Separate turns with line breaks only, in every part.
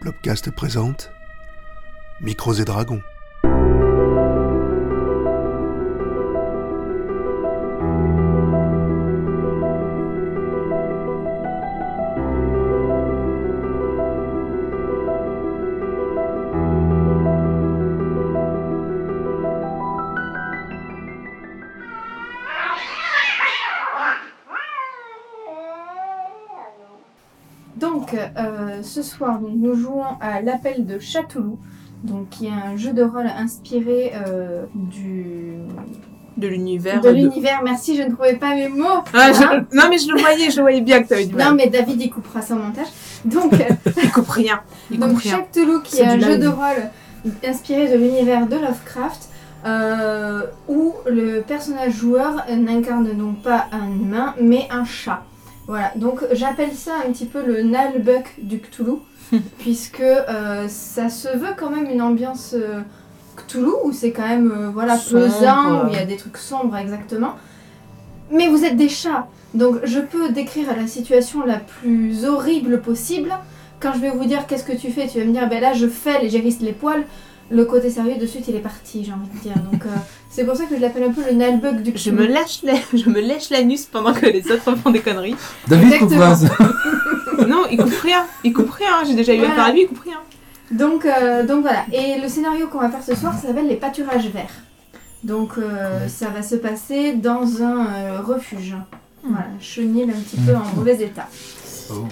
Blobcast présente Micros et Dragons.
Donc, euh, ce soir, donc, nous jouons à l'appel de Châteauloup, donc, qui est un jeu de rôle inspiré euh, du...
De l'univers.
de l'univers. Merci, je ne trouvais pas mes mots.
Ah, je-
Hein
Non, mais je le voyais, je le voyais bien que t'avais du
non,
mal.
mais David y coupera son montage. Donc, euh,
Il coupe rien. Il
donc
coupe rien.
Châteauloup, qui
C'est
est un
du
jeu
live.
de rôle inspiré de l'univers de Lovecraft, euh, où le personnage joueur n'incarne donc pas un humain, mais un chat. Voilà, donc j'appelle ça un petit peu le Nalbuck du Cthulhu, puisque euh, ça se veut quand même une ambiance euh, Cthulhu, où c'est quand même euh, voilà,
Sombre.
pesant, où il y a des trucs sombres exactement. Mais vous êtes des chats, donc je peux décrire la situation la plus horrible possible. Quand je vais vous dire qu'est-ce que tu fais, tu vas me dire, ben là je fais et j'érisse les poils. Le côté sérieux de suite il est parti, j'ai envie de dire. Donc euh, c'est pour ça que je l'appelle un peu le Nalbuck du
Je me, lâche la- je me lèche l'anus pendant que les autres font des conneries.
David
Exactement.
Coupras.
Non, il coupe rien. Il coupe rien. hein. J'ai déjà eu
Voilà.
affaire à lui, il coupe rien.
Donc, euh, donc voilà. Et le scénario qu'on va faire ce soir ça s'appelle les pâturages verts. Donc euh, ça va se passer dans un euh, refuge. Voilà, chenil un petit peu
Mmh.
en mauvais état.
Oh,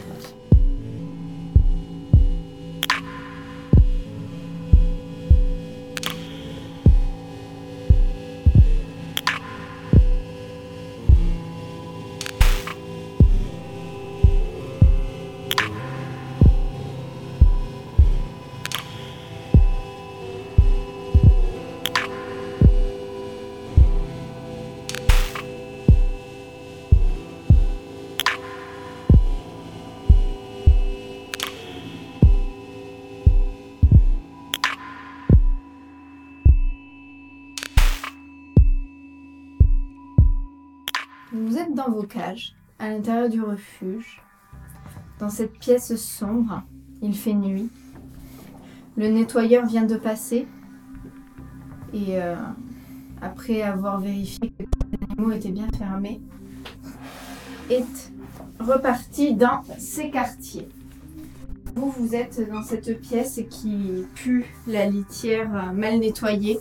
Vous êtes dans vos cages, à l'intérieur du refuge, dans cette pièce sombre. Il fait nuit. Le nettoyeur vient de passer et euh, après avoir vérifié que les animaux étaient bien fermés, est reparti dans ses quartiers. Vous, vous êtes dans cette pièce qui pue la litière euh, mal nettoyée.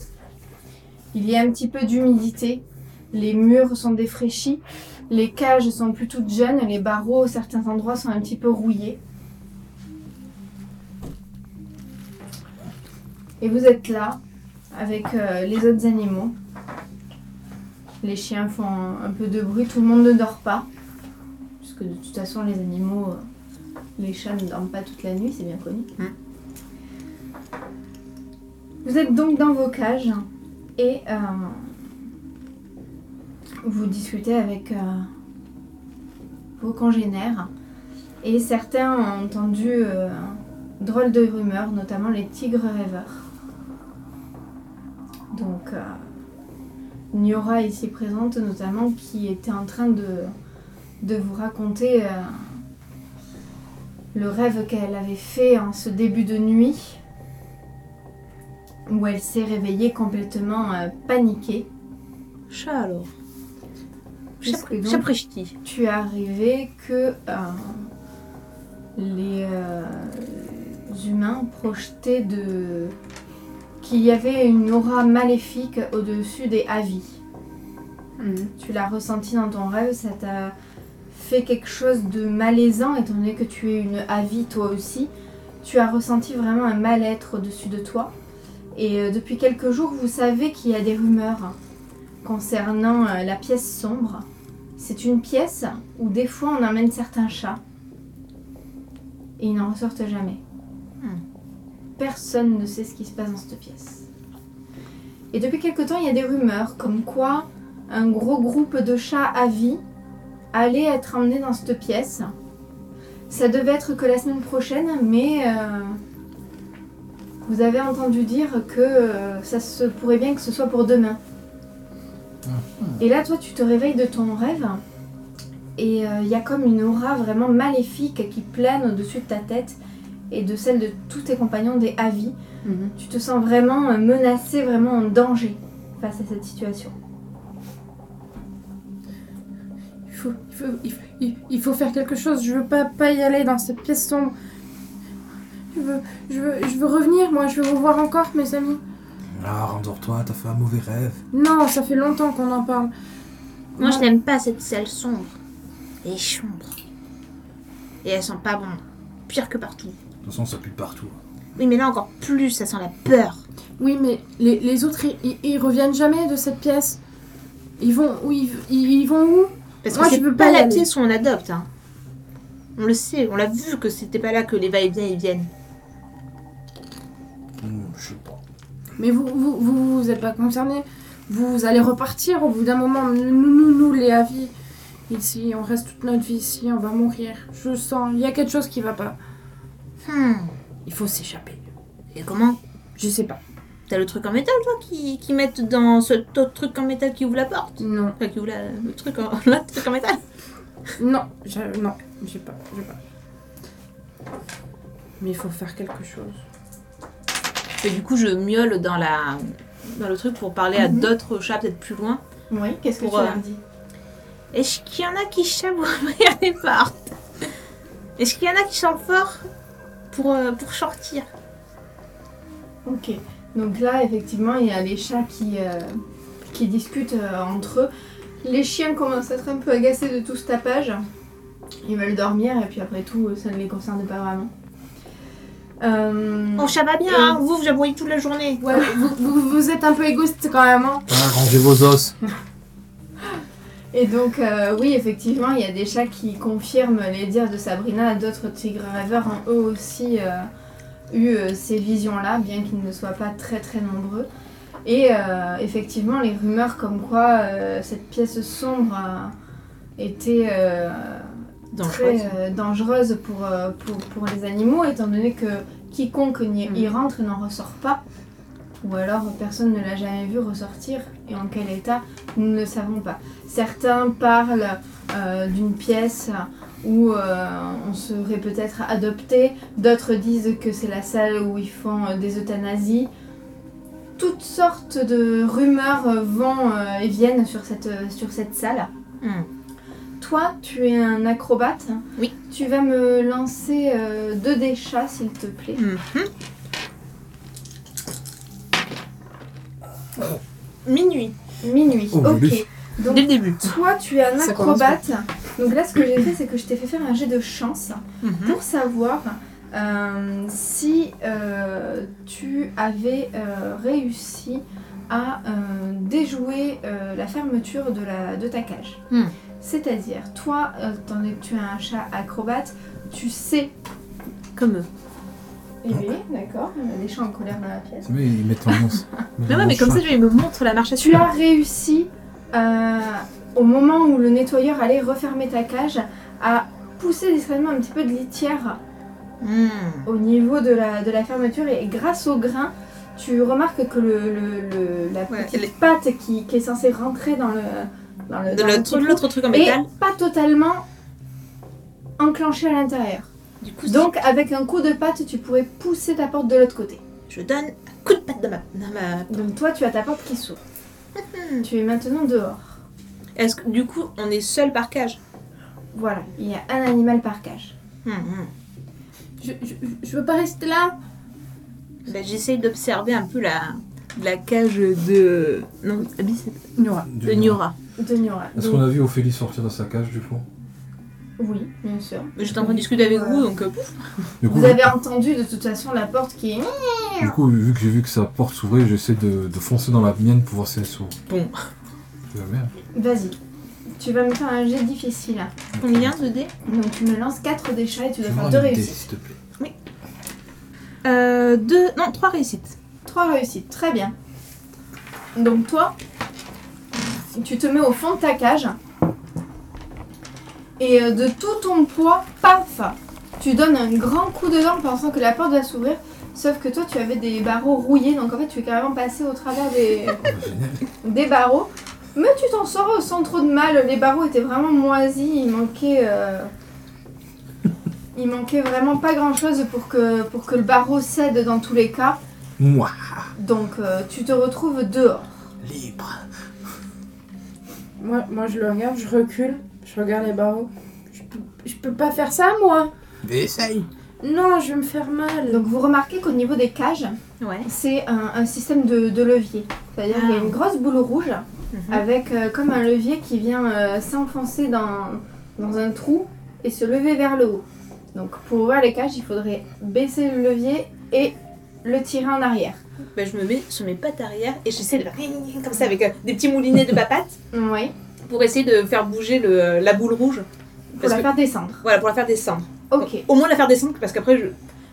Il y a un petit peu d'humidité les murs sont défraîchis, les cages sont plus toutes jeunes, les barreaux, à certains endroits, sont un petit peu rouillés. Et vous êtes là, avec euh, les autres animaux. Les chiens font un, un peu de bruit, tout le monde ne dort pas. Puisque de toute façon, les animaux, euh, les chats ne dorment pas toute la nuit, c'est bien connu.
Mm.
Vous êtes donc dans vos cages et euh, vous discutez avec euh, vos congénères et certains ont entendu euh, drôles de rumeurs, notamment les tigres rêveurs. Donc, euh, Niora ici présente notamment qui était en train de, de vous raconter euh, le rêve qu'elle avait fait en ce début de nuit où elle s'est réveillée complètement euh, paniquée.
Chat alors.
puisque donc-
Chaprichti.
tu es arrivé que euh, les euh, humains projetaient de. qu'il y avait une aura maléfique au-dessus des avis. Tu l'as ressenti dans ton rêve, ça t'a fait quelque chose de malaisant, étant donné que tu es une avis toi aussi. Tu as ressenti vraiment un mal-être au-dessus de toi. Et euh, depuis quelques jours, vous savez qu'il y a des rumeurs concernant euh, la pièce sombre. C'est une pièce où des fois on emmène certains chats et ils n'en ressortent jamais.
Hmm.
Personne ne sait ce qui se passe dans cette pièce. Et depuis quelque temps, il y a des rumeurs comme quoi un gros groupe de chats à vie allait être emmené dans cette pièce. Ça devait être que la semaine prochaine, mais euh, vous avez entendu dire que euh, ça se pourrait bien que ce soit pour demain. Et là, toi, tu te réveilles de ton rêve euh, et il y a comme une aura vraiment maléfique qui plane au-dessus de ta tête et de celle de tous tes compagnons des Avis. Tu te sens vraiment euh, menacé, vraiment en danger face à cette situation.
Il faut, il, faut, il, faut, il- il faut faire quelque chose. Je veux pas, pas y aller dans cette pièce sombre. Je veux, je, veux, je veux revenir, moi. Je veux vous voir encore, mes amis.
Ah, rendors-toi, t'as fait un mauvais rêve.
Non, ça fait longtemps qu'on en parle.
Moi, je n'aime pas cette salle sombre. Elle est chambre. Et elle sent pas bon. Pire que partout.
De toute façon, ça pue de partout.
Oui, mais là encore plus, ça sent la peur.
Oui, mais les, les autres, ils, ils- ils reviennent jamais de cette pièce. Ils vont où Ils, ils- ils vont où
Parce
Moi,
que
je
c'est
veux
pas
pas y
la
aller.
pièce où on adopte. hein. On le sait, on l'a vu que c'était pas là que les va-et-vient ils viennent.
Hmm, je sais pas.
Mais vous, vous, vous, vous êtes pas concernés. Vous allez repartir au bout d'un moment. Nous, nous, nous, les avis. Ici, on reste toute notre vie ici, on va mourir. Je sens, il y a quelque chose qui va pas.
Hmm.
Il faut s'échapper.
Et comment
Je sais pas.
T'as le truc en métal, toi, qui, qui mettent dans cet autre truc en métal qui ouvre la porte
Non,
Enfin, qui ouvre la- le truc en, l'autre truc en métal.
non, je- non, j'ai pas, j'ai pas. Mais il faut faire quelque chose.
Et du coup, je miaule dans, la... dans le truc pour parler à
Mhm.
d'autres chats, peut-être plus loin.
Oui, qu'est-ce que
Pour,
tu
euh,
leur dis
Est-ce qu'il y en a qui savent ouvrir les portes Est-ce qu'il y en a qui sont forts pour, euh, pour sortir
Ok, donc là effectivement il y a les chats qui, euh, qui discutent euh, entre eux. Les chiens commencent à être un peu agacés de tout ce tapage. Ils veulent dormir et puis après tout euh, ça ne les concerne pas vraiment. Euh,
Mon chat va bien,
Et-
hein, vous, vous avez toute la journée.
Ouais, mais vous, vous, vous êtes un peu égoïste quand même, hein.
Ah, rangez vos os.
Et donc euh, oui effectivement il y a des chats qui confirment les dires de Sabrina. D'autres tigres rêveurs ont eux aussi euh, eu euh, ces visions-là, bien qu'ils ne soient pas très très nombreux. Et euh, effectivement, les rumeurs comme quoi euh, cette pièce sombre euh, était euh,
Dans
très euh, dangereuse pour, euh, pour, pour les animaux, étant donné que quiconque n'y- y rentre n'en ressort pas. Ou alors personne ne l'a jamais vu ressortir, et en quel état, nous ne savons pas. Certains parlent euh, d'une pièce où euh, on serait peut-être adopté, d'autres disent que c'est la salle où ils font euh, des euthanasies. Toutes sortes de rumeurs euh, vont euh, et viennent sur cette, sur cette salle.
Hmm.
Toi, tu es un acrobate.
Oui.
Tu vas me lancer euh, deux dés chats, s'il te plaît.
Mhm. Minuit.
Minuit.
Oh,
ok.
lui.
Donc,
Dès le début.
toi, tu es un
Ça commence
acrobate. Donc là, ce que j'ai fait, c'est que je t'ai fait faire un jet de chance pour savoir euh, si euh, tu avais euh, réussi à euh, déjouer euh, la fermeture de, la, de ta cage.
Hmm.
C'est-à-dire, toi, euh, étant donné que tu es un chat acrobate, tu sais
Comme eux.
éveiller, d'accord On a des chats en colère dans la pièce.
C'est mieux, ils mettent leur os.
Mais ouais, mais comme ça, je- ils me montrent la marche à
Tu
suivre.
as réussi, euh, au moment où le nettoyeur allait refermer ta cage, à pousser discrètement un petit peu de litière
Hmm.
au niveau de la, de la fermeture et grâce au grain, tu remarques que le, le- le- la
Ouais,
petite
elle est-
patte qui, qui est censée rentrer dans le, dans
Euh,
le,
De
dans le
l'autre
petit trou
l'autre truc en
est
métal.
pas totalement enclenchée à l'intérieur.
Du coup,
Donc avec un coup de patte, tu pourrais pousser ta porte de l'autre côté.
je donne un coup de patte dans ma. dans ma-
Donc toi, tu as ta porte qui s'ouvre.
Hum,
tu es maintenant dehors.
Est-ce que du coup, on est seul par cage
Voilà, il y a un animal par cage.
Hmm, hmm.
Je, je, je veux pas rester là.
Bah, J'essaye d'observer un peu la, la cage de. Non, Abby, c'est-
Nora.
de Niora.
De Niora.
Est-ce qu'on a vu Ophélie sortir de sa cage du coup
Oui, bien sûr.
Mais J'étais en train de discuter avec
Ouais.
vous, donc. euh, pouf.
du coup,
Vous avez entendu de toute façon la porte qui est...
du coup, vu que j'ai vu que sa porte s'ouvrait, j'essaie de, de foncer dans la mienne pour voir si elle s'ouvre.
Bon.
Euh, merde.
Vas-y. Tu vas me faire un jet difficile.
Combien de dés
Donc tu me lances 4 des chats et tu dois faire
Fais-moi
2
un dé,
réussites.
s'il te plaît. Oh,
euh, Deux. Non, trois réussites.
3 réussites, très bien. Donc toi, tu te mets au fond de ta cage. Et euh, de tout ton poids, paf Tu donnes un grand coup dedans pensant que la porte va s'ouvrir. Sauf que toi, tu avais des barreaux rouillés, donc en fait, tu es carrément passé au travers des,
Oh, bah, génial.
des barreaux. Mais tu t'en sors sans trop de mal. Les barreaux étaient vraiment moisis, il manquait. euh, Il manquait vraiment pas grand chose pour que, pour que le barreau cède dans tous les cas.
Moi.
Donc euh, tu te retrouves dehors.
Libre.
Moi, moi, je le regarde, je recule, je regarde les barreaux. Je peux, je peux pas faire ça, moi
Essaye.
Non, je vais me faire mal.
Donc vous remarquez qu'au niveau des cages,
Ouais.
c'est un, un système de, de levier. C'est-à-dire qu'il y a
Ah.
une grosse boule rouge
Mhm.
Mmh.
avec euh, comme un levier qui vient euh, s'enfoncer dans, dans un trou et se lever vers le haut. Donc pour ouvrir les cages, il faudrait baisser le levier et le tirer en arrière.
Bah, je me mets sur mes pattes arrière et j'essaie de faire comme ça avec euh, des petits moulinets de papates
Oui,
pour essayer de faire bouger le, la boule rouge.
pour
Parce
la
que-
faire descendre.
Voilà, pour la faire descendre.
Ok.
Au moins la faire descendre parce qu'après je.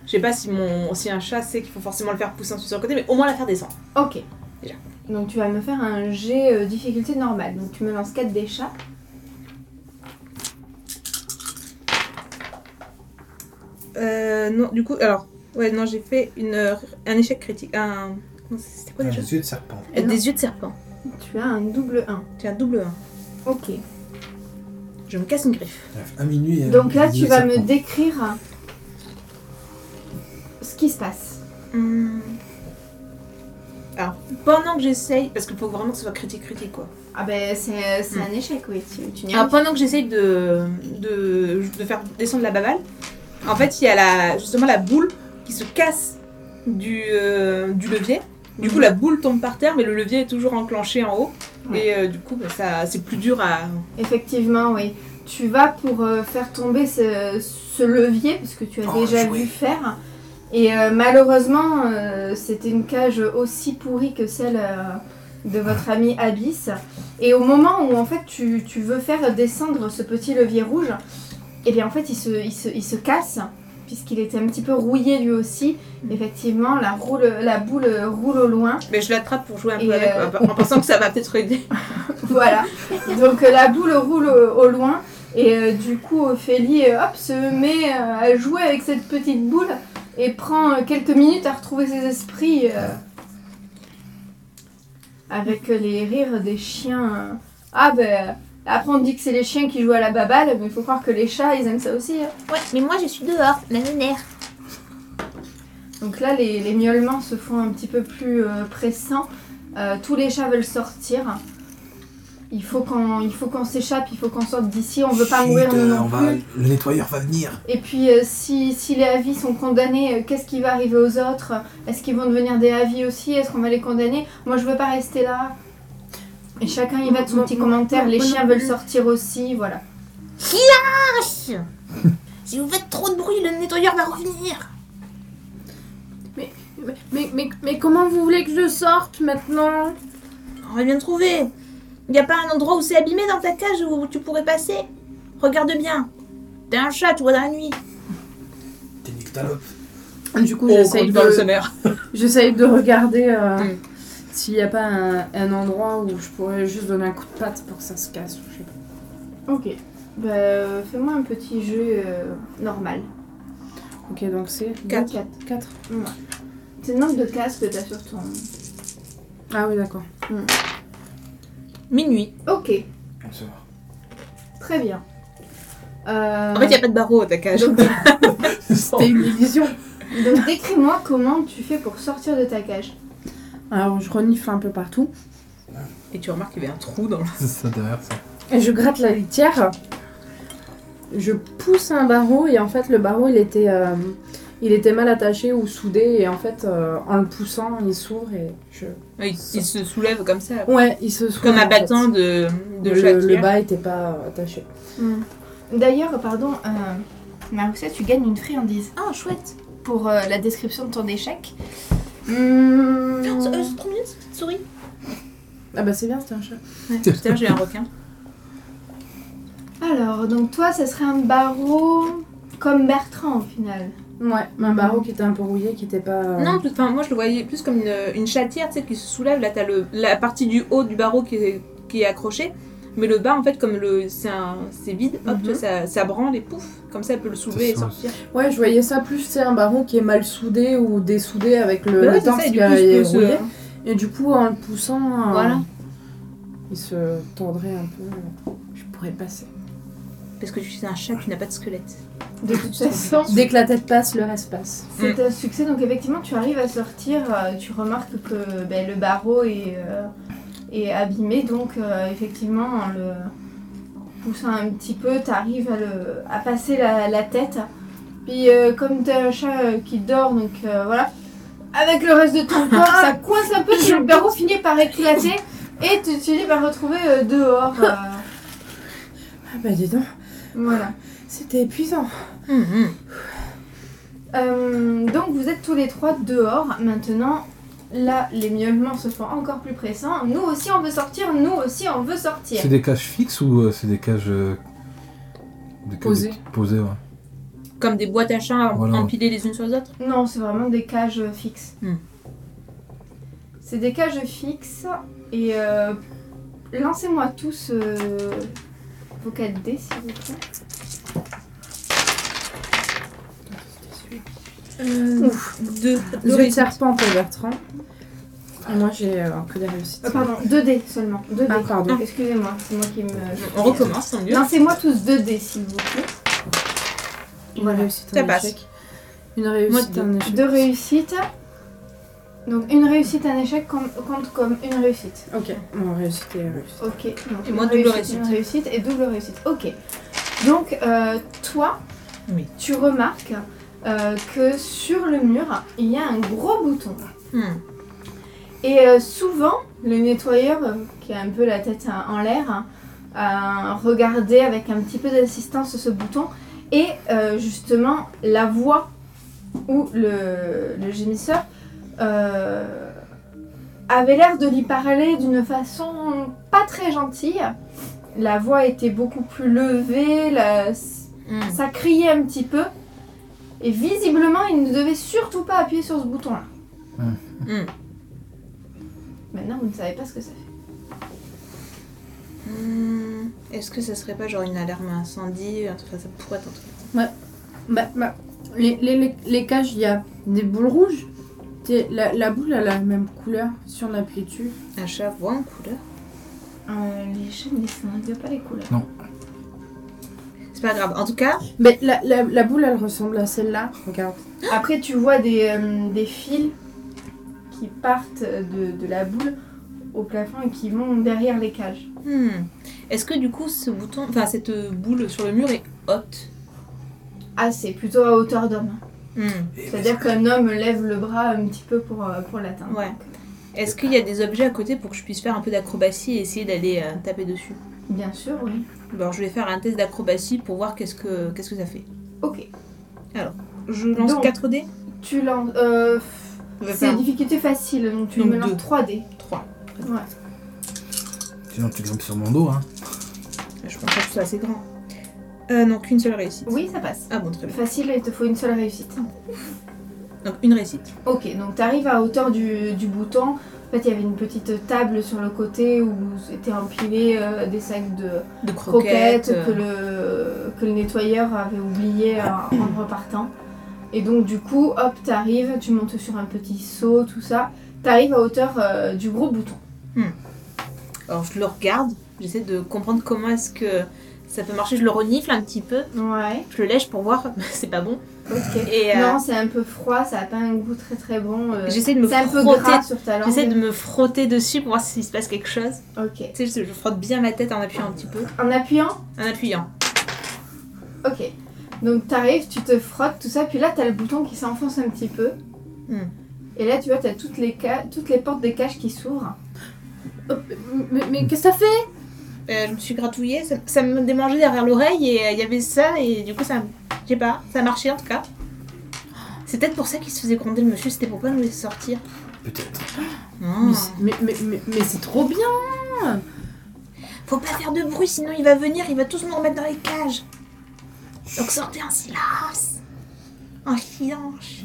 Je sais pas si, mon, si un chat sait qu'il faut forcément le faire pousser un sur le côté, mais au moins la faire descendre.
Ok.
Oh. Déjà.
Donc tu vas me faire un jet euh, difficulté normale. Donc tu me lances 4 des chats.
Euh, non, du coup, alors, ouais, non, j'ai fait une, euh, un échec critique. Un. non, C'était quoi déjà
yeux de serpent.
Euh, Des yeux de serpent.
Tu as un double 1.
J'ai un double 1.
Ok.
Je me casse une griffe.
Bref, un minuit.
Donc là tu vas me décrire ce qui se passe.
Hum. Alors, pendant que j'essaye, parce qu'il faut vraiment que ce soit critique, critique quoi.
Ah ben c'est c'est un échec, oui. Tu, tu n'y
Alors,
arrives
pendant que j'essaye de, de, de faire descendre la bavale, en fait, il y a la, justement la boule qui se casse du, euh, du levier. Du
Mhm.
coup, la boule tombe par terre, mais le levier est toujours enclenché en haut.
Ouais.
Et euh, du coup, bah, ça, c'est plus dur à.
Effectivement, oui. Tu vas pour euh, faire tomber ce, ce levier, parce que tu as
Oh,
déjà
joué.
vu faire. Et euh, malheureusement, euh, c'était une cage aussi pourrie que celle euh, de votre ami Abyss. Et au moment où en fait tu, tu veux faire descendre ce petit levier rouge, et bien en fait il se, il se, il se casse, puisqu'il était un petit peu rouillé lui aussi. Effectivement, la, roule, la boule roule au loin.
Mais je l'attrape pour jouer un
Et
peu avec,
euh,
quoi, en pensant que ça va peut-être aider.
Voilà. Donc euh, la boule roule au, au loin et euh, du coup Ophélie euh, hop se met euh, à jouer avec cette petite boule et prend euh, quelques minutes à retrouver ses esprits euh, avec euh, les rires des chiens. euh. Ah ben après on dit que c'est les chiens qui jouent à la baballe mais il faut croire que les chats ils aiment ça aussi. hein.
Ouais, mais moi je suis dehors, la vénère.
Donc là, les, les miaulements se font un petit peu plus euh, pressants. Euh, tous les chats veulent sortir. Il faut qu'on il faut qu'on s'échappe, il faut qu'on sorte d'ici. On veut pas mourir
euh,
nous non plus.
Le nettoyeur va venir.
Et puis, euh, si, si les avis sont condamnés, euh, qu'est-ce qui va arriver aux autres Est-ce qu'ils vont devenir des avis aussi Est-ce qu'on va les condamner Moi, je veux pas rester là. Et chacun y va de son
Moi-
petit
moi-
commentaire.
moi-
Les
moi non
chiens
plus.
veulent sortir aussi, voilà.
ah, Si vous faites trop de bruit, le nettoyeur va revenir.
Mais, mais, mais, mais comment vous voulez que je sorte maintenant
On va bien trouver. Y a pas un endroit où c'est abîmé dans ta cage où tu pourrais passer Regarde bien. T'es un chat, tu vois dans la nuit.
T'es nyctalope.
Du coup,
On
j'essaye
compte dans le
de,
sommaire.
j'essaye de regarder euh,
Mm.
s'il n'y a pas un, un endroit où je pourrais juste donner un coup de patte pour que ça se casse. ou je sais pas.
Ok. Bah, euh, fais-moi un petit jeu euh, normal.
Ok, donc c'est
Quatre.
4.
4.
C'est le nombre de cases que t'as sur ton.
Ah oui, d'accord.
Minuit.
Ok,
Ça va.
très bien. Euh,
En fait, il n'y a pas de barreau à ta cage.
donc,
C'était une illusion.
donc décris-moi comment tu fais pour sortir de ta cage.
Alors, je renifle un peu partout.
Et tu remarques qu'il y avait un trou dans le.
C'est ça derrière ça.
Et je gratte la litière. Je pousse un barreau et en fait le barreau il était, euh, il était mal attaché ou soudé et en fait euh, en le poussant il s'ouvre et je...
Il, il se soulève comme ça.
Ouais il se s'ouvre.
Comme un
en fait.
battant de, de chat
le,
de
le
fer.
bas était pas euh, attaché.
Hmm.
D'ailleurs, pardon, euh, Maroussia, tu gagnes une friandise
Ah, chouette.
pour euh, la description de ton échec. Hmm,
C'est euh, c'est trop mignon cette petite souris.
Ah bah c'est bien c'était un chat.
Ouais, Putain, j'ai eu un requin.
Alors, donc toi, ça serait un barreau comme Bertrand au final.
Ouais un barreau qui était un peu rouillé qui était pas... euh,
Non, plus- enfin, moi je le voyais plus comme une, une chatière, tu sais, qui se soulève. Là, t'as le, la partie du haut du barreau qui est, qui est accrochée. Mais le bas, en fait, comme le c'est un- c'est vide, hop,
Mhm.
tu vois, ça, ça branle et pouf. Comme ça, elle peut le soulever et
ça.
sortir.
Ouais je voyais ça plus c'est un barreau qui est mal soudé ou dessoudé avec le,
Bah ouais,
le
c'est
temps
ça, et
qui
du coup,
a-
je
est
peux se-
roulé. Et du coup en le poussant euh,
Voilà.
il se tendrait un peu. Je pourrais passer.
Parce que tu es un chat, tu n'as pas de squelette.
De toute
Bah,
façon,
Dès que la tête passe, le reste passe.
c'est un succès. Donc effectivement, tu arrives à sortir. euh, Tu remarques que ben, le barreau est, euh, est abîmé. Donc euh, effectivement, en le poussant un petit peu, tu arrives à, le- à passer la, la tête. Puis euh, comme tu un chat euh, qui dort, donc euh, voilà. Avec le reste de ton corps, ça coince un peu. puis le barreau finit par éclater. Et tu finis par retrouver euh, dehors. euh,
Ah bah dis donc,
voilà.
c'était épuisant.
Euh, donc vous êtes tous les trois dehors. Maintenant, là, les miaulements se font encore plus pressants. Nous aussi, on veut sortir. Nous aussi, on veut sortir.
C'est des cages fixes ou euh, c'est des cages. euh, des cages
Posées.
posées, ouais.
Comme des boîtes à chats
Voilà.
empilées les unes sur les autres.
Non, c'est vraiment des cages euh, fixes.
Hmm.
C'est des cages fixes. Et euh, lancez-moi tous euh, vos 4D, s'il vous plaît. Euh,
Deux.
Euh, Le
Deux
de
réussites.
serpent pour Bertrand. Et moi j'ai euh, que des réussites.
Euh, pardon, 2D seulement. 2D.
Ah, pardon.
Excusez-moi, c'est moi qui me.
On recommence, tant mieux.
Lancez-moi tous 2D, s'il vous plaît.
Une
Voilà.
réussite,
Ça
un
passe.
échec. Une réussite,
Moi,
un échec.
Deux réussites. Donc une réussite, un échec com- compte comme une réussite.
Ok, bon, réussite et réussite.
Ok. Donc
Et
une
moi, double
Une réussite et double réussite. Ok. Donc euh, toi,
Oui.
tu remarques euh, que sur le mur, il y a un gros bouton.
Hmm.
Et euh, souvent, le nettoyeur, euh, qui a un peu la tête euh, en l'air, hein, euh, regardait avec un petit peu d'assistance ce bouton. Et euh, justement, la voix ou le, le gémisseur euh, avait l'air de lui parler d'une façon pas très gentille. La voix était beaucoup plus levée, la-
Hmm.
ça criait un petit peu. Et visiblement, il ne devait surtout pas appuyer sur ce bouton-là.
Hmm.
Maintenant, Ben vous ne savez pas ce que ça fait.
Hmm. Est-ce que ça serait pas genre une alarme à incendie un truc- enfin, Ça pourrait être un truc.
Bah, bah, les, les, les, les cages, il y a des boules rouges. T'es- La, la boule elle a la même couleur si on appuie dessus.
Un chat voit en couleur.
Euh, les chaînes, ils ne pas les couleurs.
C'est pas grave. En tout cas,
Mais la, la, la boule elle ressemble à celle-là. Regarde.
Après, tu vois des, euh, des fils qui partent de, de la boule au plafond et qui vont derrière les cages.
hmm. est-ce que du coup ce bouton, enfin cette euh, boule sur le mur est haute
Ah, c'est plutôt à hauteur d'homme.
Hmm.
Eh,
C'est-à-dire qu'un homme lève le bras un petit peu pour, euh, pour l'atteindre.
Ouais. Est-ce qu'il y a des objets à côté pour que je puisse faire un peu d'acrobatie et essayer d'aller euh, taper dessus
Bien sûr, oui.
Bon, je vais faire un test d'acrobatie pour voir qu'est-ce que qu'est-ce que ça fait.
Ok.
Je lance
Donc.
4D
Tu lances. euh, f-
Je vais
c'est
faire
difficulté facile, donc tu
Donc
me lances
deux.
3D.
3.
Ouais.
Sinon, tu grimpes sur mon dos, hein.
Je pense pas que ce soit assez grand. Euh, non, qu'une seule réussite.
Oui, ça passe.
Ah bon, très bien.
Facile, il te faut une seule réussite.
Donc une réussite.
Ok, donc tu arrives à hauteur du, du bouton. En fait, il y avait une petite table sur le côté où étaient empilés euh, des sacs de
De
croquettes,
croquettes.
que,
euh,
le, que le nettoyeur avait oublié euh, en repartant. Et donc, du coup, hop, t'arrives, tu montes sur un petit seau, tout ça. T'arrives à hauteur euh, du gros bouton.
Alors je le regarde, j'essaie de comprendre comment est-ce que ça peut marcher. Je le renifle un petit peu,
Ouais,
je le lèche pour voir, c'est pas bon.
ok.
Et euh,
Non, c'est un peu froid, ça a pas un goût très très bon. euh,
j'essaie de me
C'est un peu
frotter.
gras sur ta langue.
J'essaie de me frotter dessus pour voir s'il se passe quelque chose.
Ok.
Tu sais, je, je frotte bien ma tête en appuyant un petit peu,
En appuyant
en appuyant.
Ok. Donc t'arrives, tu te frottes, tout ça, puis là t'as le bouton qui s'enfonce un petit peu.
Hmm.
Et là tu vois, t'as toutes les, ca- toutes les portes des cages qui s'ouvrent.
Oh, mais- mais mais qu'est-ce que t'as fait
Euh, je me suis gratouillée, ça, ça me démangeait derrière l'oreille et euh, il y avait ça et du coup ça, je sais pas, ça marchait en tout cas. C'est peut-être pour ça qu'il se faisait gronder le monsieur, c'était pour pas nous laisser sortir.
Peut-être.
Mais
Non.
c'est- Mais, mais, mais, mais c'est trop bien
Faut pas faire de bruit sinon il va venir, il va tous nous remettre dans les cages. Donc sortez en silence, en silence.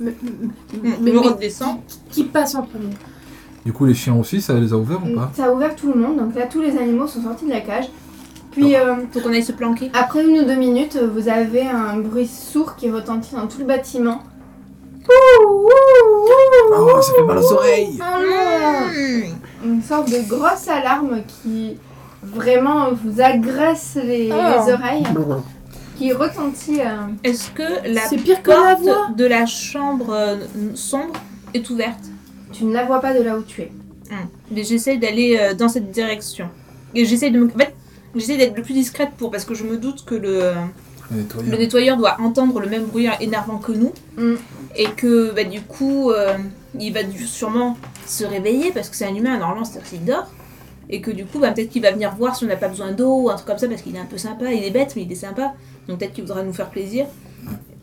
mais, mais-
Bon,
mais-
je
mais
redescends.
qui passe en premier
Du coup, les chiens aussi, ça les a ouverts ou pas
Ça a ouvert tout le monde, donc là tous les animaux sont sortis de la cage. Puis euh,
Faut qu'on aille se planquer.
après une ou deux minutes, vous avez un bruit sourd qui retentit dans tout le bâtiment.
Oh, ça fait mal aux oreilles
Oh non
Mmh.
Une sorte de grosse alarme qui vraiment vous agresse les,
Oh.
les oreilles, qui retentit. euh,
Est-ce que la
C'est pire que la
porte
voix.
de la chambre euh, sombre est ouverte
tu ne la vois pas de là où tu es.
Mais j'essaye d'aller euh, dans cette direction. Et j'essaye de me... En fait, j'essaye d'être le plus discrète pour... Parce que je me doute que le...
Le nettoyeur.
Le nettoyeur doit entendre le même bruit énervant que nous.
Mm.
Et que bah, du coup, euh, il va du- sûrement se réveiller parce que c'est un humain, normalement, c'est-à-dire qu'il dort. Et que du coup, bah, peut-être qu'il va venir voir si on n'a pas besoin d'eau ou un truc comme ça parce qu'il est un peu sympa. Il est bête, mais il est sympa. Donc peut-être qu'il voudra nous faire plaisir.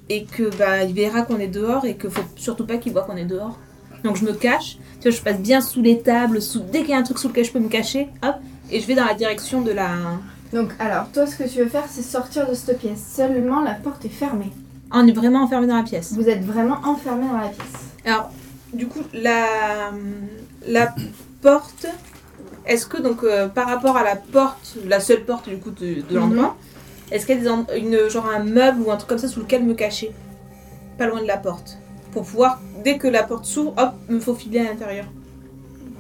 Et que bah, il verra qu'on est dehors et que faut surtout pas qu'il voit qu'on est dehors. Donc je me cache. Tu vois, je passe bien sous les tables. Sous... Dès qu'il y a un truc sous lequel je peux me cacher, hop, et je vais dans la direction de la.
Donc, alors, toi, ce que tu veux faire, c'est sortir de cette pièce. Seulement, la porte est fermée.
On est vraiment enfermé dans la pièce.
Vous êtes vraiment enfermé dans la pièce.
Alors, du coup, la, la porte, est-ce que donc euh, par rapport à la porte, la seule porte du coup de, de l'endroit, est-ce qu'il y a des en- une, genre un meuble ou un truc comme ça sous lequel me cacher Pas loin de la porte. Pour pouvoir, dès que la porte s'ouvre, hop, me faufiler à l'intérieur.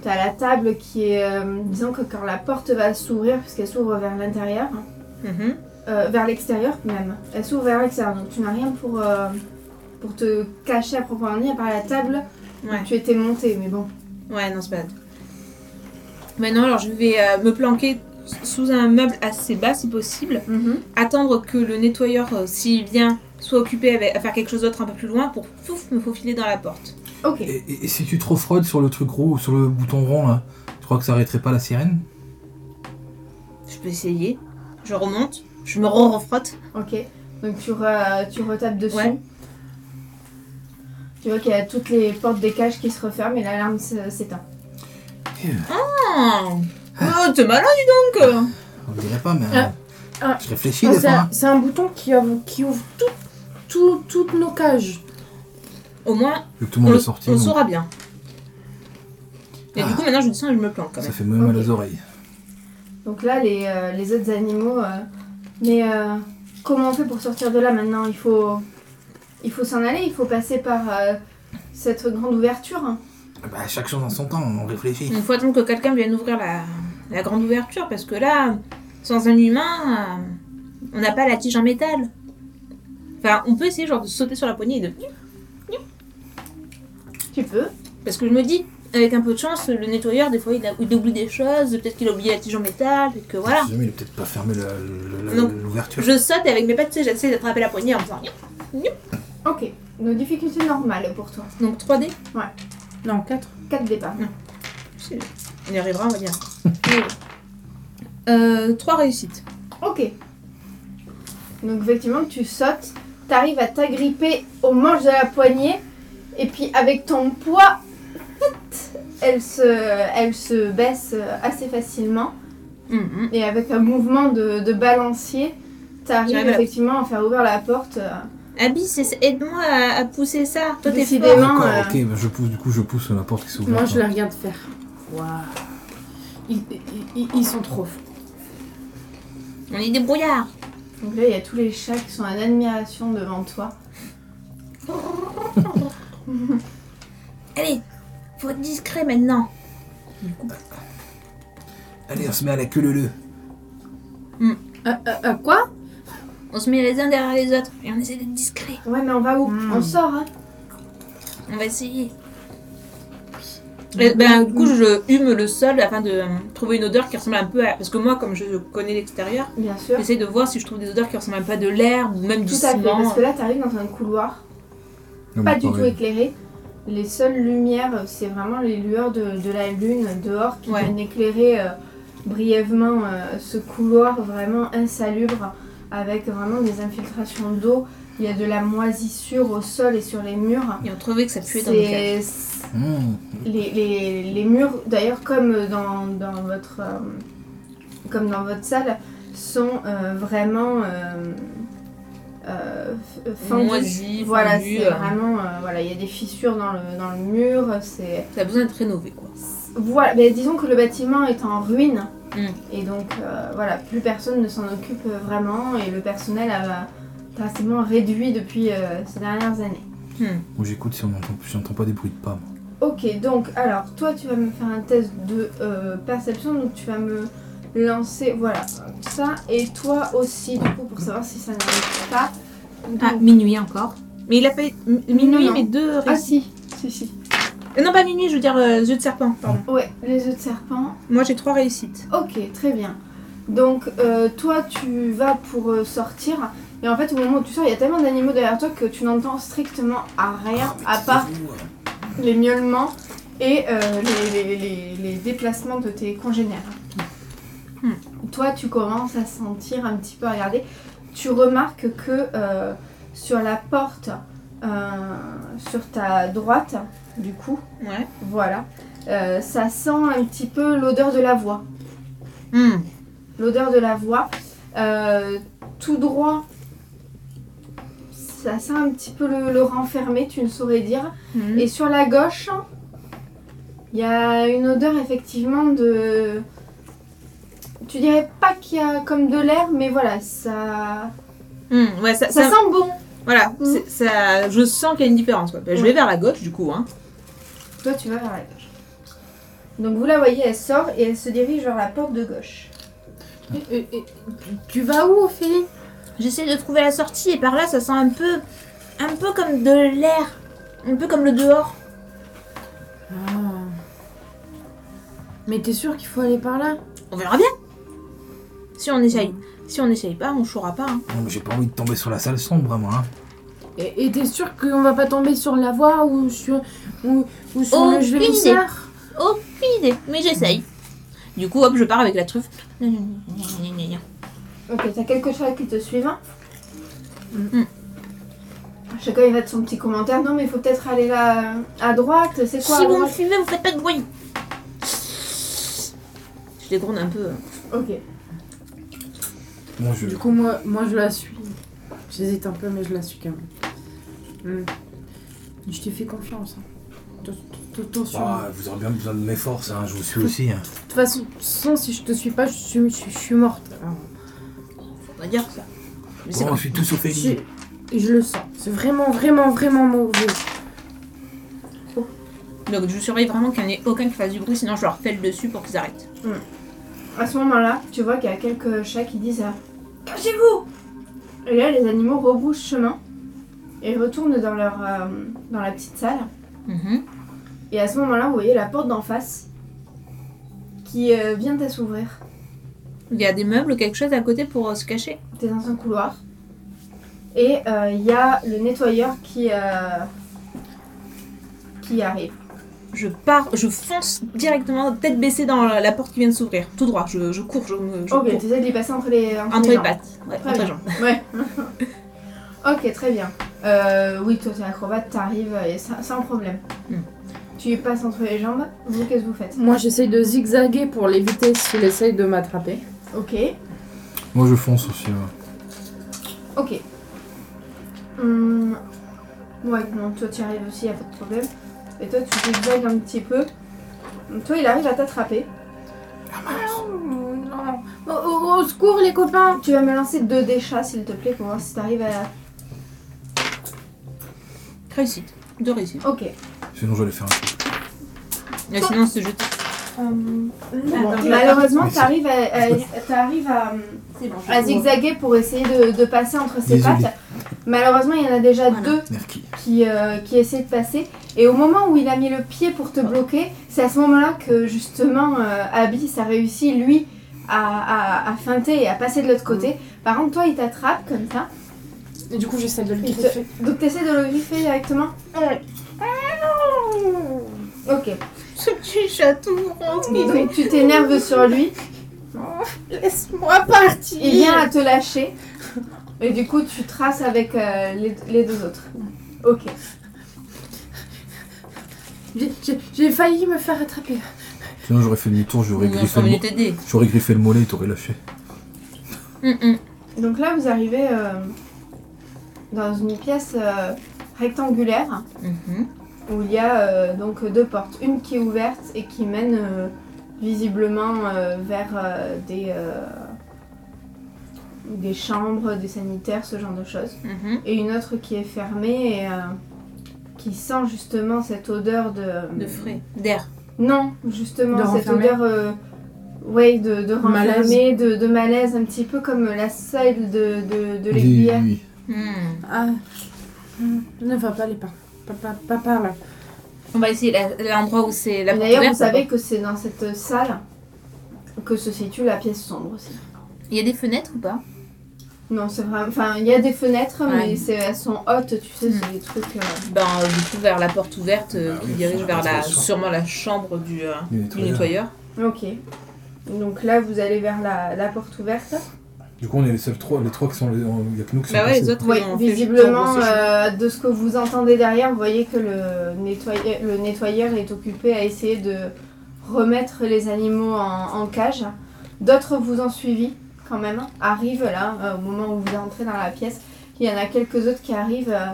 T'as la table qui est. euh, disons que quand la porte va s'ouvrir, puisqu'elle s'ouvre vers l'intérieur, hein,
Mhm.
euh, vers l'extérieur même, elle s'ouvre vers l'extérieur, donc tu n'as rien pour, euh, pour te cacher à proprement dit, à part la table
Ouais.
où tu étais monté, mais bon.
Ouais, non, c'est pas. Maintenant, alors je vais euh, me planquer sous un meuble assez bas si possible, attendre que le nettoyeur, euh, s'il vient, soit occupé avec- à faire quelque chose d'autre un peu plus loin pour pouf, me faufiler dans la porte.
Ok.
Et, et- et si tu te refroides sur le truc rond ou sur le bouton rond là, tu crois que ça arrêterait pas la sirène
Je peux essayer. Je remonte, je me re-refrotte.
Ok, donc tu, re- tu retapes dessus.
Ouais.
Tu vois qu'il y a toutes les portes des cages qui se referment et l'alarme s- s'éteint.
Ah, Oh, t'es malin, dis donc euh.
On le dirait pas, mais
Ah.
euh,
Ah.
je réfléchis
Ah,
des
c'est
fois.
un-
hein.
c'est un bouton qui ouvre, qui ouvre tout, tout- toutes nos cages.
Au moins,
Vu que tout le
on,
monde
le-
est sorti,
on
donc
saura bien. Et du
Ah.
coup, maintenant, je descends et je me planque quand
ça
même.
fait même mal aux oreilles.
Donc là, les, euh, les autres animaux. euh, mais euh, comment on fait pour sortir de là maintenant Il faut, il faut s'en aller, il faut passer par euh, cette grande ouverture. hein.
Ah Bah, chaque chose en son temps, on réfléchit.
Il faut attendre que quelqu'un vienne ouvrir la, la grande ouverture parce que là, sans un humain, euh, on n'a pas la tige en métal. Enfin, on peut essayer genre de sauter sur la poignée et de.
Tu peux.
Parce que je me dis, avec un peu de chance, le nettoyeur, des fois, il, a- il oublie des choses, peut-être qu'il a oublié la tige en métal, peut-être que voilà.
Si jamais il a peut-être pas fermé la- la- la-
Non.
l'ouverture.
Je saute et avec mes pattes, tu sais, j'essaie d'attraper la poignée en faisant.
Ok, nos difficultés normales pour toi.
Donc 3D,
Non, 4.
4 départs.
on y arrivera, on va dire. euh, 3 réussites.
Ok. Donc effectivement, tu sautes, t'arrives à t'agripper aux manches de la poignée, et puis avec ton poids, pit, elle se, elle se baisse euh, assez facilement,
Mhm.
et avec un mouvement de, de balancier, t'arrives
J'arrive à-
effectivement à faire ouvrir la porte. euh,
Abyss, essa- aide-moi à, à pousser ça. Toi, t'es
Décidément.
fort.
vraiment,
D'accord,
euh,
ok, bah, je pousse, du coup, je pousse la porte qui s'ouvre.
Moi, je les regarde faire. Waouh. Ils, ils- ils sont trop forts.
On est débrouillards.
Donc là, il y a tous les chats qui sont en admiration devant toi.
Allez, faut être discret maintenant.
Allez, on se met à la queue le le.
Euh, euh, euh, quoi
On se met les uns derrière les autres et on essaie d'être discret.
Ouais, mais on va où
Hmm.
On sort, hein
On va essayer. Et ben, du coup, je hume le sol afin de euh, trouver une odeur qui ressemble un peu à. Parce que moi, comme je connais l'extérieur,
Bien sûr.
j'essaie de voir si je trouve des odeurs qui ressemblent un peu à de l'herbe ou même du
Tout à fait, parce
ciment.
que là, t'arrives dans un couloir. pas du tout éclairé. Les seules lumières, c'est vraiment les lueurs de, de la lune dehors qui
Ouais.
viennent éclairer euh, brièvement euh, ce couloir vraiment insalubre avec vraiment des infiltrations d'eau. Il y a de la moisissure au sol et sur les murs.
Et on trouvait que ça puait dans le cadre.
C'est
Mmh.
les, les- les murs, d'ailleurs, comme dans, dans votre euh, comme dans votre salle, sont euh, vraiment euh, euh, f- fendus.
Moisi,
Voilà,
fendu,
c'est
euh.
vraiment. euh, voilà, il y a des fissures dans le, dans le mur. C'est.
Ça a besoin d'être rénové, quoi.
Voilà, mais disons que le bâtiment est en ruine.
Mm.
Et donc, euh, voilà, plus personne ne s'en occupe euh, vraiment. Et le personnel a drastiquement réduit depuis euh, ces dernières années.
Bon, j'écoute si on entend, si j'entends pas des bruits de pas. moi.
Ok, donc, alors, toi, tu vas me faire un test de euh, perception. Donc, tu vas me lancer, voilà, ça, et toi aussi, du coup, pour savoir si ça n'arrive pas. Donc-
Ah, minuit encore. Mais il a fait m- minuit,
non.
mais deux
ah
réussites.
si, si, si.
Euh, Non, pas minuit, je veux dire euh, yeux de serpent, pardon.
Ouais, les œufs de serpent.
Moi, j'ai trois réussites.
Ok, très bien. Donc, euh, toi, tu vas pour euh, sortir. Et en fait, au moment où tu sors, il y a tellement d'animaux derrière toi que tu n'entends strictement
Ah,
à rien,
Oh,
à part
hein.
les miaulements et euh, les, les- les- les déplacements de tes congénères.
Hmm.
Toi, tu commences à sentir un petit peu, à regarder. Tu remarques que euh, sur la porte, euh, sur ta droite, du coup,
Ouais.
voilà, euh, ça sent un petit peu l'odeur de la voix
Hmm.
l'odeur de la voix. Euh, tout droit, ça sent un petit peu le, le renfermé, tu ne saurais dire.
Hmm.
Et sur la gauche, il y a une odeur effectivement de. Tu dirais pas qu'il y a comme de l'air, mais voilà, ça.
Hmm. Ouais, ça,
Ça,
ça- Hmm.
sent bon.
Voilà,
Mm.
c'est- ça, je sens qu'il y a une différence. quoi. Ben, je
Ouais.
vais vers la gauche, du coup. Hein.
Toi, tu vas vers la gauche. Donc vous la voyez, elle sort et elle se dirige vers la porte de gauche.
Et- et- et- tu vas où, Ophélie
J'essaie de trouver la sortie et par là, ça sent un peu, un peu comme de l'air, un peu comme le dehors.
Ah. Mais t'es sûr qu'il faut aller par là
On verra bien. Si on essaye, si on n'essaye pas, on saura pas. hein.
Non, mais j'ai pas envie de tomber sur la salle sombre, moi. Hein.
Et et t'es sûr qu'on va pas tomber sur la voie ou sur, ou, ou sur
Oh,
le
une
jeu
idée. Aucune idée, mais j'essaye. Du coup, hop, je pars avec la truffe. Ouais,
Ok, t'as quelques chats qui te hein suivent. Chacun il va de son petit commentaire. Non, mais il faut peut-être aller là euh, à droite. C'est quoi
si
à
vous me
droite
suivez, vous faites pas de bruit. Je les gronde un peu. hein.
Ok.
Bon, je.
Du coup, moi, moi je la suis. J'hésite un peu, mais je la suis quand même. Hmm. Je t'ai fait confiance. hein. T- t- Attention.
Bah, vous aurez bien besoin de mes forces, hein. je vous suis aussi. hein.
De toute façon, sans, si je te suis pas, je suis, je suis- je suis morte. Alors,
Faut pas dire ça. Mais c'est
Bon, je suis tout sauf Ellie.
je- je le sens. C'est vraiment, vraiment, vraiment mauvais.
Donc je surveille vraiment qu'il n'y en ait aucun qui fasse du bruit, sinon je leur fais le dessus pour qu'ils arrêtent.
À ce moment-là, tu vois qu'il y a quelques chats qui disent euh, Cachez-vous Et là, les animaux rebroussent chemin et retournent dans, leur, euh, dans la petite salle. Et à ce moment-là, vous voyez la porte d'en face qui euh, vient à s'ouvrir.
Il y a des meubles ou quelque chose à côté pour euh, se cacher.
T'es dans un couloir. Et euh, il y a le nettoyeur qui, euh, qui arrive.
Je pars, je fonce directement, tête baissée dans la la porte qui vient de s'ouvrir, tout droit. Je, je cours, je, me- je
Ok,
cours.
t'essaies de lui passer entre les, entre
Entre
les
les
jambes.
pattes, ouais,
Très
entre les
bien.
jambes.
Ouais. ok, très bien. Euh, oui, toi t'es acrobate, t'arrives et ça- sans problème.
Hmm.
Tu lui passes entre les jambes. Vous, qu'est-ce que vous faites
Moi, j'essaye de zigzaguer pour l'éviter s'il essaye de m'attraper.
Ok,
Moi je fonce aussi. hein. ouais.
ok. Hum, Ouais, non, toi tu arrives aussi, y a pas de problème. Et toi tu zigzagues un petit peu. Toi il arrive à t'attraper.
Oh, non. Oh, oh, au secours, les copains
Tu vas me lancer deux déchats s'il te plaît pour voir si t'arrives à.
Réussite, deux réussites.
Ok.
Sinon j'allais faire un truc.
Mais sinon, c'est juste.
Hum,
Attends, je vais
Malheureusement,
Merci.
t'arrives à, à- t'arrives à,
C'est bon.
à zigzaguer pour essayer de, de passer entre ses
Désolé.
pattes. Malheureusement, il y en a déjà
Voilà.
deux
Nerki.
qui, euh, qui essaient de passer. Et au moment où il a mis le pied pour te bloquer, c'est à ce moment-là que justement euh, Abby, ça réussit lui à, à, à feinter et à passer de l'autre côté. Par contre, toi, il t'attrape comme ça.
Et du coup, j'essaie de le
Il te-
griffer.
Donc, t'essaies de le griffer directement. Ok.
Je suis chaton,
Donc, tu t'énerves sur lui.
Laisse-moi partir
Il vient à te lâcher. Et du coup, tu traces avec euh, les, les deux autres. Ok.
J'ai- j'ai- J'ai failli me faire attraper.
Sinon j'aurais fait demi-tour, j'aurais
On
griffé, le...
venu
mo-
t'aider.
j'aurais griffé le mollet et t'aurais lâché.
Hum, hum.
Donc là, vous arrivez euh, dans une pièce euh, rectangulaire
Mhm.
où il y a euh, donc deux portes. Une qui est ouverte et qui mène euh, visiblement euh, vers euh, des, euh, des chambres, des sanitaires, ce genre de choses.
Mhm.
Et une autre qui est fermée et euh, qui sent justement cette odeur de...
De frais, d'air.
Non, justement,
De
cette
renfermer.
odeur euh, ouais, de, de
Malaise.
renflammer, de, de malaise, un petit peu comme la salle de, de, de
Oui,
l'aiguillère.
oui.
Hmm.
Ah. Hmm. Ne va pas les pas. Papa, papa, là.
On va essayer la- l'endroit où c'est la porte
D'ailleurs, vous
ouverte,
savez que c'est dans cette salle que se situe la pièce sombre aussi.
Il y a des fenêtres ou pas
Non, c'est vraiment. Enfin, il y a des fenêtres, mais
Ouais.
c'est- elles sont hautes, tu sais,
Hmm.
c'est des trucs. euh,
Ben, euh, du coup, vers la porte ouverte euh,
Bah
qui
oui,
dirige
ça,
vers
ça,
la,
ça.
sûrement la chambre du, euh,
Les
du
nettoyeurs.
nettoyeur.
Ok. Donc là, vous allez vers la, la porte ouverte.
Du coup, on est les seuls trois, les trois qui sont. les- Il y a que nous qui
Bah
sommes
ouais, les
passés.
autres,
Oui,
ils ont fait
visiblement,
juste pour bosser.
euh, de ce que vous entendez derrière, vous voyez que le, nettoye- le nettoyeur est occupé à essayer de remettre les animaux en, en cage. D'autres vous ont suivi quand même, arrivent là, euh, au moment où vous entrez dans la pièce. Il y en a quelques autres qui arrivent. euh,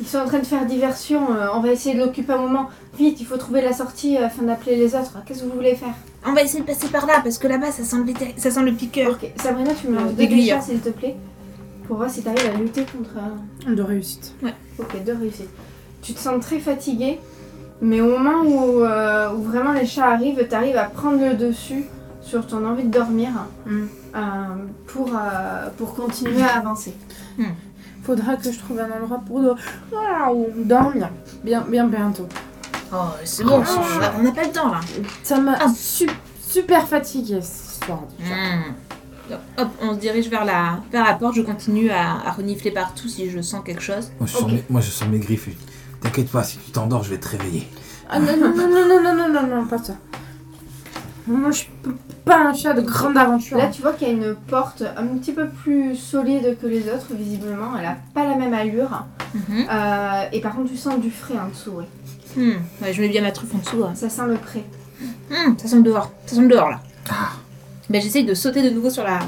ils sont en train de faire diversion. euh, on va essayer de l'occuper un moment. Vite, il faut trouver la sortie euh, afin d'appeler les autres. Qu'est-ce que vous voulez faire
On va essayer de passer par là parce que là-bas, ça sent le, béta- ça sent le piqueur.
Ok, Sabrina, tu me
Euh,
lances deux
d'aiguilleur.
déchets, s'il te plaît, pour voir si tu arrives à lutter contre. euh,
De réussite.
Ok, deux réussites. Tu te sens très fatigué, mais au moment où, euh, où vraiment les chats arrivent, tu arrives à prendre le dessus sur ton envie de dormir
Mm.
euh, pour, euh, pour continuer à avancer.
Faudra que je trouve un endroit pour do- Waouh, dormir. Bien, bien bientôt.
Oh, c'est bon,
Oh, c'est
on a- on n'a pas le temps là.
Ça m'a
Ah.
su- super fatiguée ce soir. déjà.
Hmm. Donc, hop, on se dirige vers la, vers la porte. Je continue à, à renifler partout si je sens quelque chose.
Moi, je sens,
Ok.
mes, moi, je sens mes griffes. T'inquiète pas, si tu t'endors, je vais te
Hmm.
réveiller.
Ah non, non, non, non, non, non, non, non, non, pas ça. Moi, je suis p- pas un chat de grande aventure.
Là, tu vois qu'il y a une porte un petit peu plus solide que les autres, visiblement. Elle a pas la même allure.
Mhm.
Euh, et par contre, tu sens du frais en dessous. ouais.
Hmm. Ouais, je mets bien ma truffe en dessous. hein.
Ça sent le pré.
Hmm, ça sent le dehors. Ça sent le dehors là. Ben, J'essaye de sauter de nouveau sur la,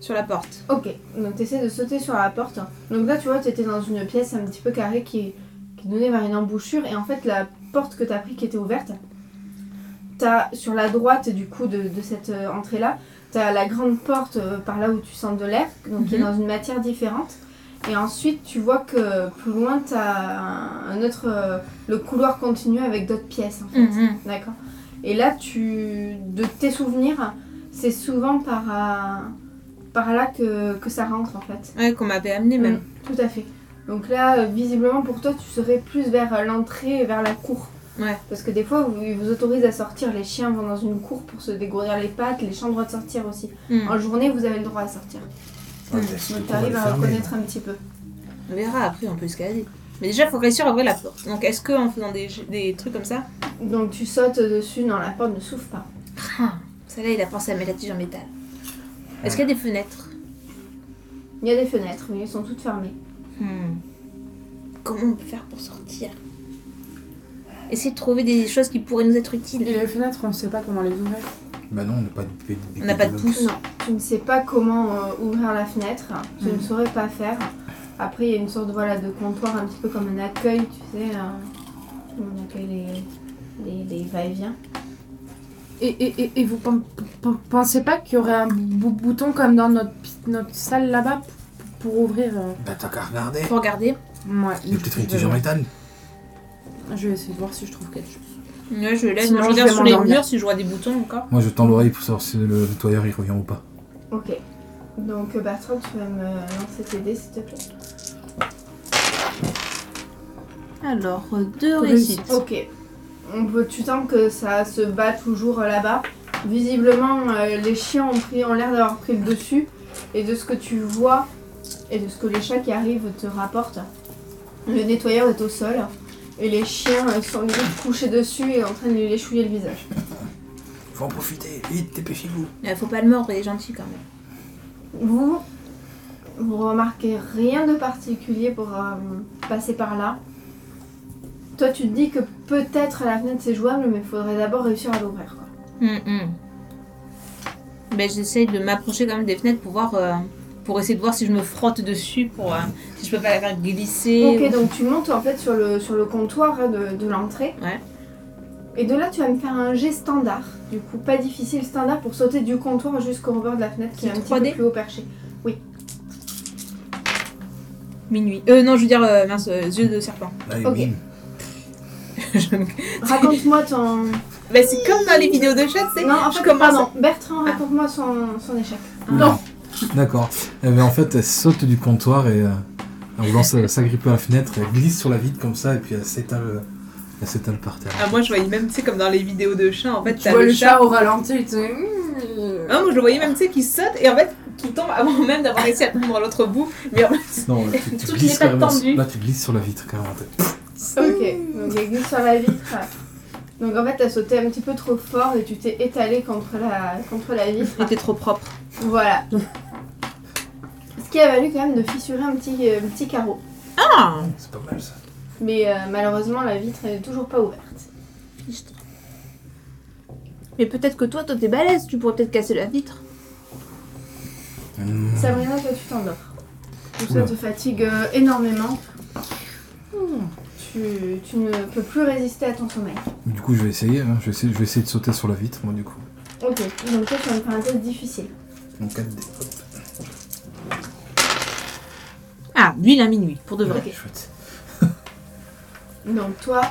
sur la porte.
Ok, donc tu essaies de sauter sur la porte. Donc là, tu vois, tu étais dans une pièce un petit peu carrée qui, qui donnait vers une embouchure. Et en fait, la porte que tu as pris qui était ouverte, t'as sur la droite du coup de, de cette euh, entrée-là, tu as la grande porte euh, par là où tu sens de l'air, donc qui est
Mhm.
dans une matière différente. Et ensuite, tu vois que plus loin, tu as un, un autre. euh, le couloir continue avec d'autres pièces en fait.
Mhm.
D'accord. Et là, tu, de tes souvenirs, c'est souvent par, euh, par là que, que ça rentre en fait.
Ouais, qu'on m'avait amené même.
Mm, Tout à fait. Donc là, euh, visiblement pour toi, tu serais plus vers euh, l'entrée et vers la cour.
Ouais.
Parce que des fois, vous- ils vous autorisent à sortir. Les chiens vont dans une cour pour se dégourdir les pattes. Les chiens ont le droit de sortir aussi.
Hmm.
En journée, vous avez le droit à sortir.
Ouais,
Hmm.
t'as su
Donc
qu'on va le
t'arrives à
fermer,
reconnaître un petit peu.
On verra après, on peut escalader. Mais déjà, faut réussir à ouvrir la porte. Donc, est-ce que en faisant des, des trucs comme ça,
Donc tu sautes euh, dessus. Non, la porte ne s'ouvre pas.
ah, celle-là, il a pensé à mettre la tige en métal. Est-ce qu'il y a des fenêtres
Il y a des fenêtres, mais elles sont toutes fermées.
Hmm. Comment on peut faire pour sortir Essayer de trouver des choses qui pourraient nous être utiles.
Et les fenêtres, on sait pas comment les ouvrir.
Bah non, on n'a pas de bébé.
On n'a pas de pouce.
Non, tu ne sais pas comment euh, ouvrir la fenêtre, tu ne
Mm.
saurais pas faire. Après, il y a une sorte voilà, de comptoir, un petit peu comme un accueil, tu sais, euh, où on accueille les, les, les va-et-vient.
Et, et, et, et vous pen- pen- pensez pas qu'il y aurait un bou- bouton comme dans notre, pi- notre salle là-bas p- pour ouvrir euh,
Bah t'as qu'à regarder.
Faut regarder.
Ouais.
Il y a peut-être une
je,
tige en
vais,
métal.
je vais essayer de voir si je trouve quelque chose.
Ouais, je laisse.
Sinon,
je
je
regarde
vais
sur les
m'endormir.
murs si je vois des boutons encore.
Moi, je tends l'oreille pour savoir si le nettoyeur il revient ou pas.
Ok. Donc, euh, Bertrand, tu vas me lancer tes dés, s'il te plaît.
Alors, euh, deux
Réussite.
réussites.
Ok. On peut, tu sens que ça se bat toujours euh, là-bas. Visiblement, euh, les chiens ont, pris, ont l'air d'avoir pris le dessus. Et de ce que tu vois et de ce que les chats qui arrivent te rapportent, le nettoyeur est au sol. Et les chiens euh, sont limite couchés dessus et en train de lui léchouiller le visage.
Faut en profiter. Vite, dépêchez-vous.
Mais Euh, faut pas le mordre, il est gentil quand même.
Vous, vous remarquez rien de particulier pour euh, passer par là. Toi, tu te dis que peut-être la fenêtre c'est jouable, mais il faudrait d'abord réussir à l'ouvrir. quoi.
Hum, hum. Ben, j'essaye de m'approcher quand même des fenêtres pour voir, euh, pour essayer de voir si je me frotte dessus, pour euh, si je peux pas la faire glisser.
Ok, donc tu montes en fait sur le, sur le comptoir hein, de, de l'entrée.
Ouais.
Et de là, tu vas me faire un jet standard, du coup, pas difficile, standard pour sauter du comptoir jusqu'au rebord de la fenêtre qui est un
C'est
petit
3D?
peu plus haut perché.
Minuit. Euh, non, je veux dire, euh, mince, euh, yeux de serpent.
Allez,
Ok.
mine.
Je-
Raconte-moi ton,
Bah, c'est comme dans les vidéos de chat, c'est.
Non, en
je
fait,
commence-
pardon. Bertrand,
Ah.
raconte-moi son, son échec.
Non.
D'accord. Eh bien, en fait, elle saute du comptoir et euh, en voulant s- s'agripper à la fenêtre, elle glisse sur la vitre comme ça et puis elle s'étale, elle s'étale par terre.
Ah, moi, je voyais même, tu sais, comme dans les vidéos de chat, en fait,
Tu
t'as
vois
le,
le
chat.
chat au ralenti, tu sais. mm.
Hein
Non, moi, je le voyais même, tu sais, qui saute et en fait, qui tombe avant même d'avoir réussi à tomber dans l'autre bout. Mais en fait,
Non, tu, tu
Toutes les
glisses
pattes
carrément-
tendues.
Là, tu glisses sur la vitre carrément.
Ok, donc elle glisse sur la vitre. Donc en fait, t'as sauté un petit peu trop fort et tu t'es étalé contre la, contre la vitre.
T'es trop propre.
Voilà. Ce qui a valu quand même de fissurer un petit, euh, petit carreau.
Ah
C'est pas mal ça.
Mais euh, malheureusement, la vitre n'est toujours pas ouverte.
Mais peut-être que toi, toi t'es balèze, tu pourrais peut-être casser la vitre.
Mmh.
Sabrina, toi, tu t'endors. Donc ça
Oula.
te fatigue euh, énormément. Hmm, Tu, tu ne peux plus résister à ton sommeil.
Du coup, je vais essayer. hein. Je, vais essayer je vais essayer de sauter sur la vitre, moi, du coup.
Ok, donc toi, tu vas me faire un test difficile.
Mon 4D.
Ah, l'huile à minuit, pour de vrai.
Ok.
Chouette.
Donc toi,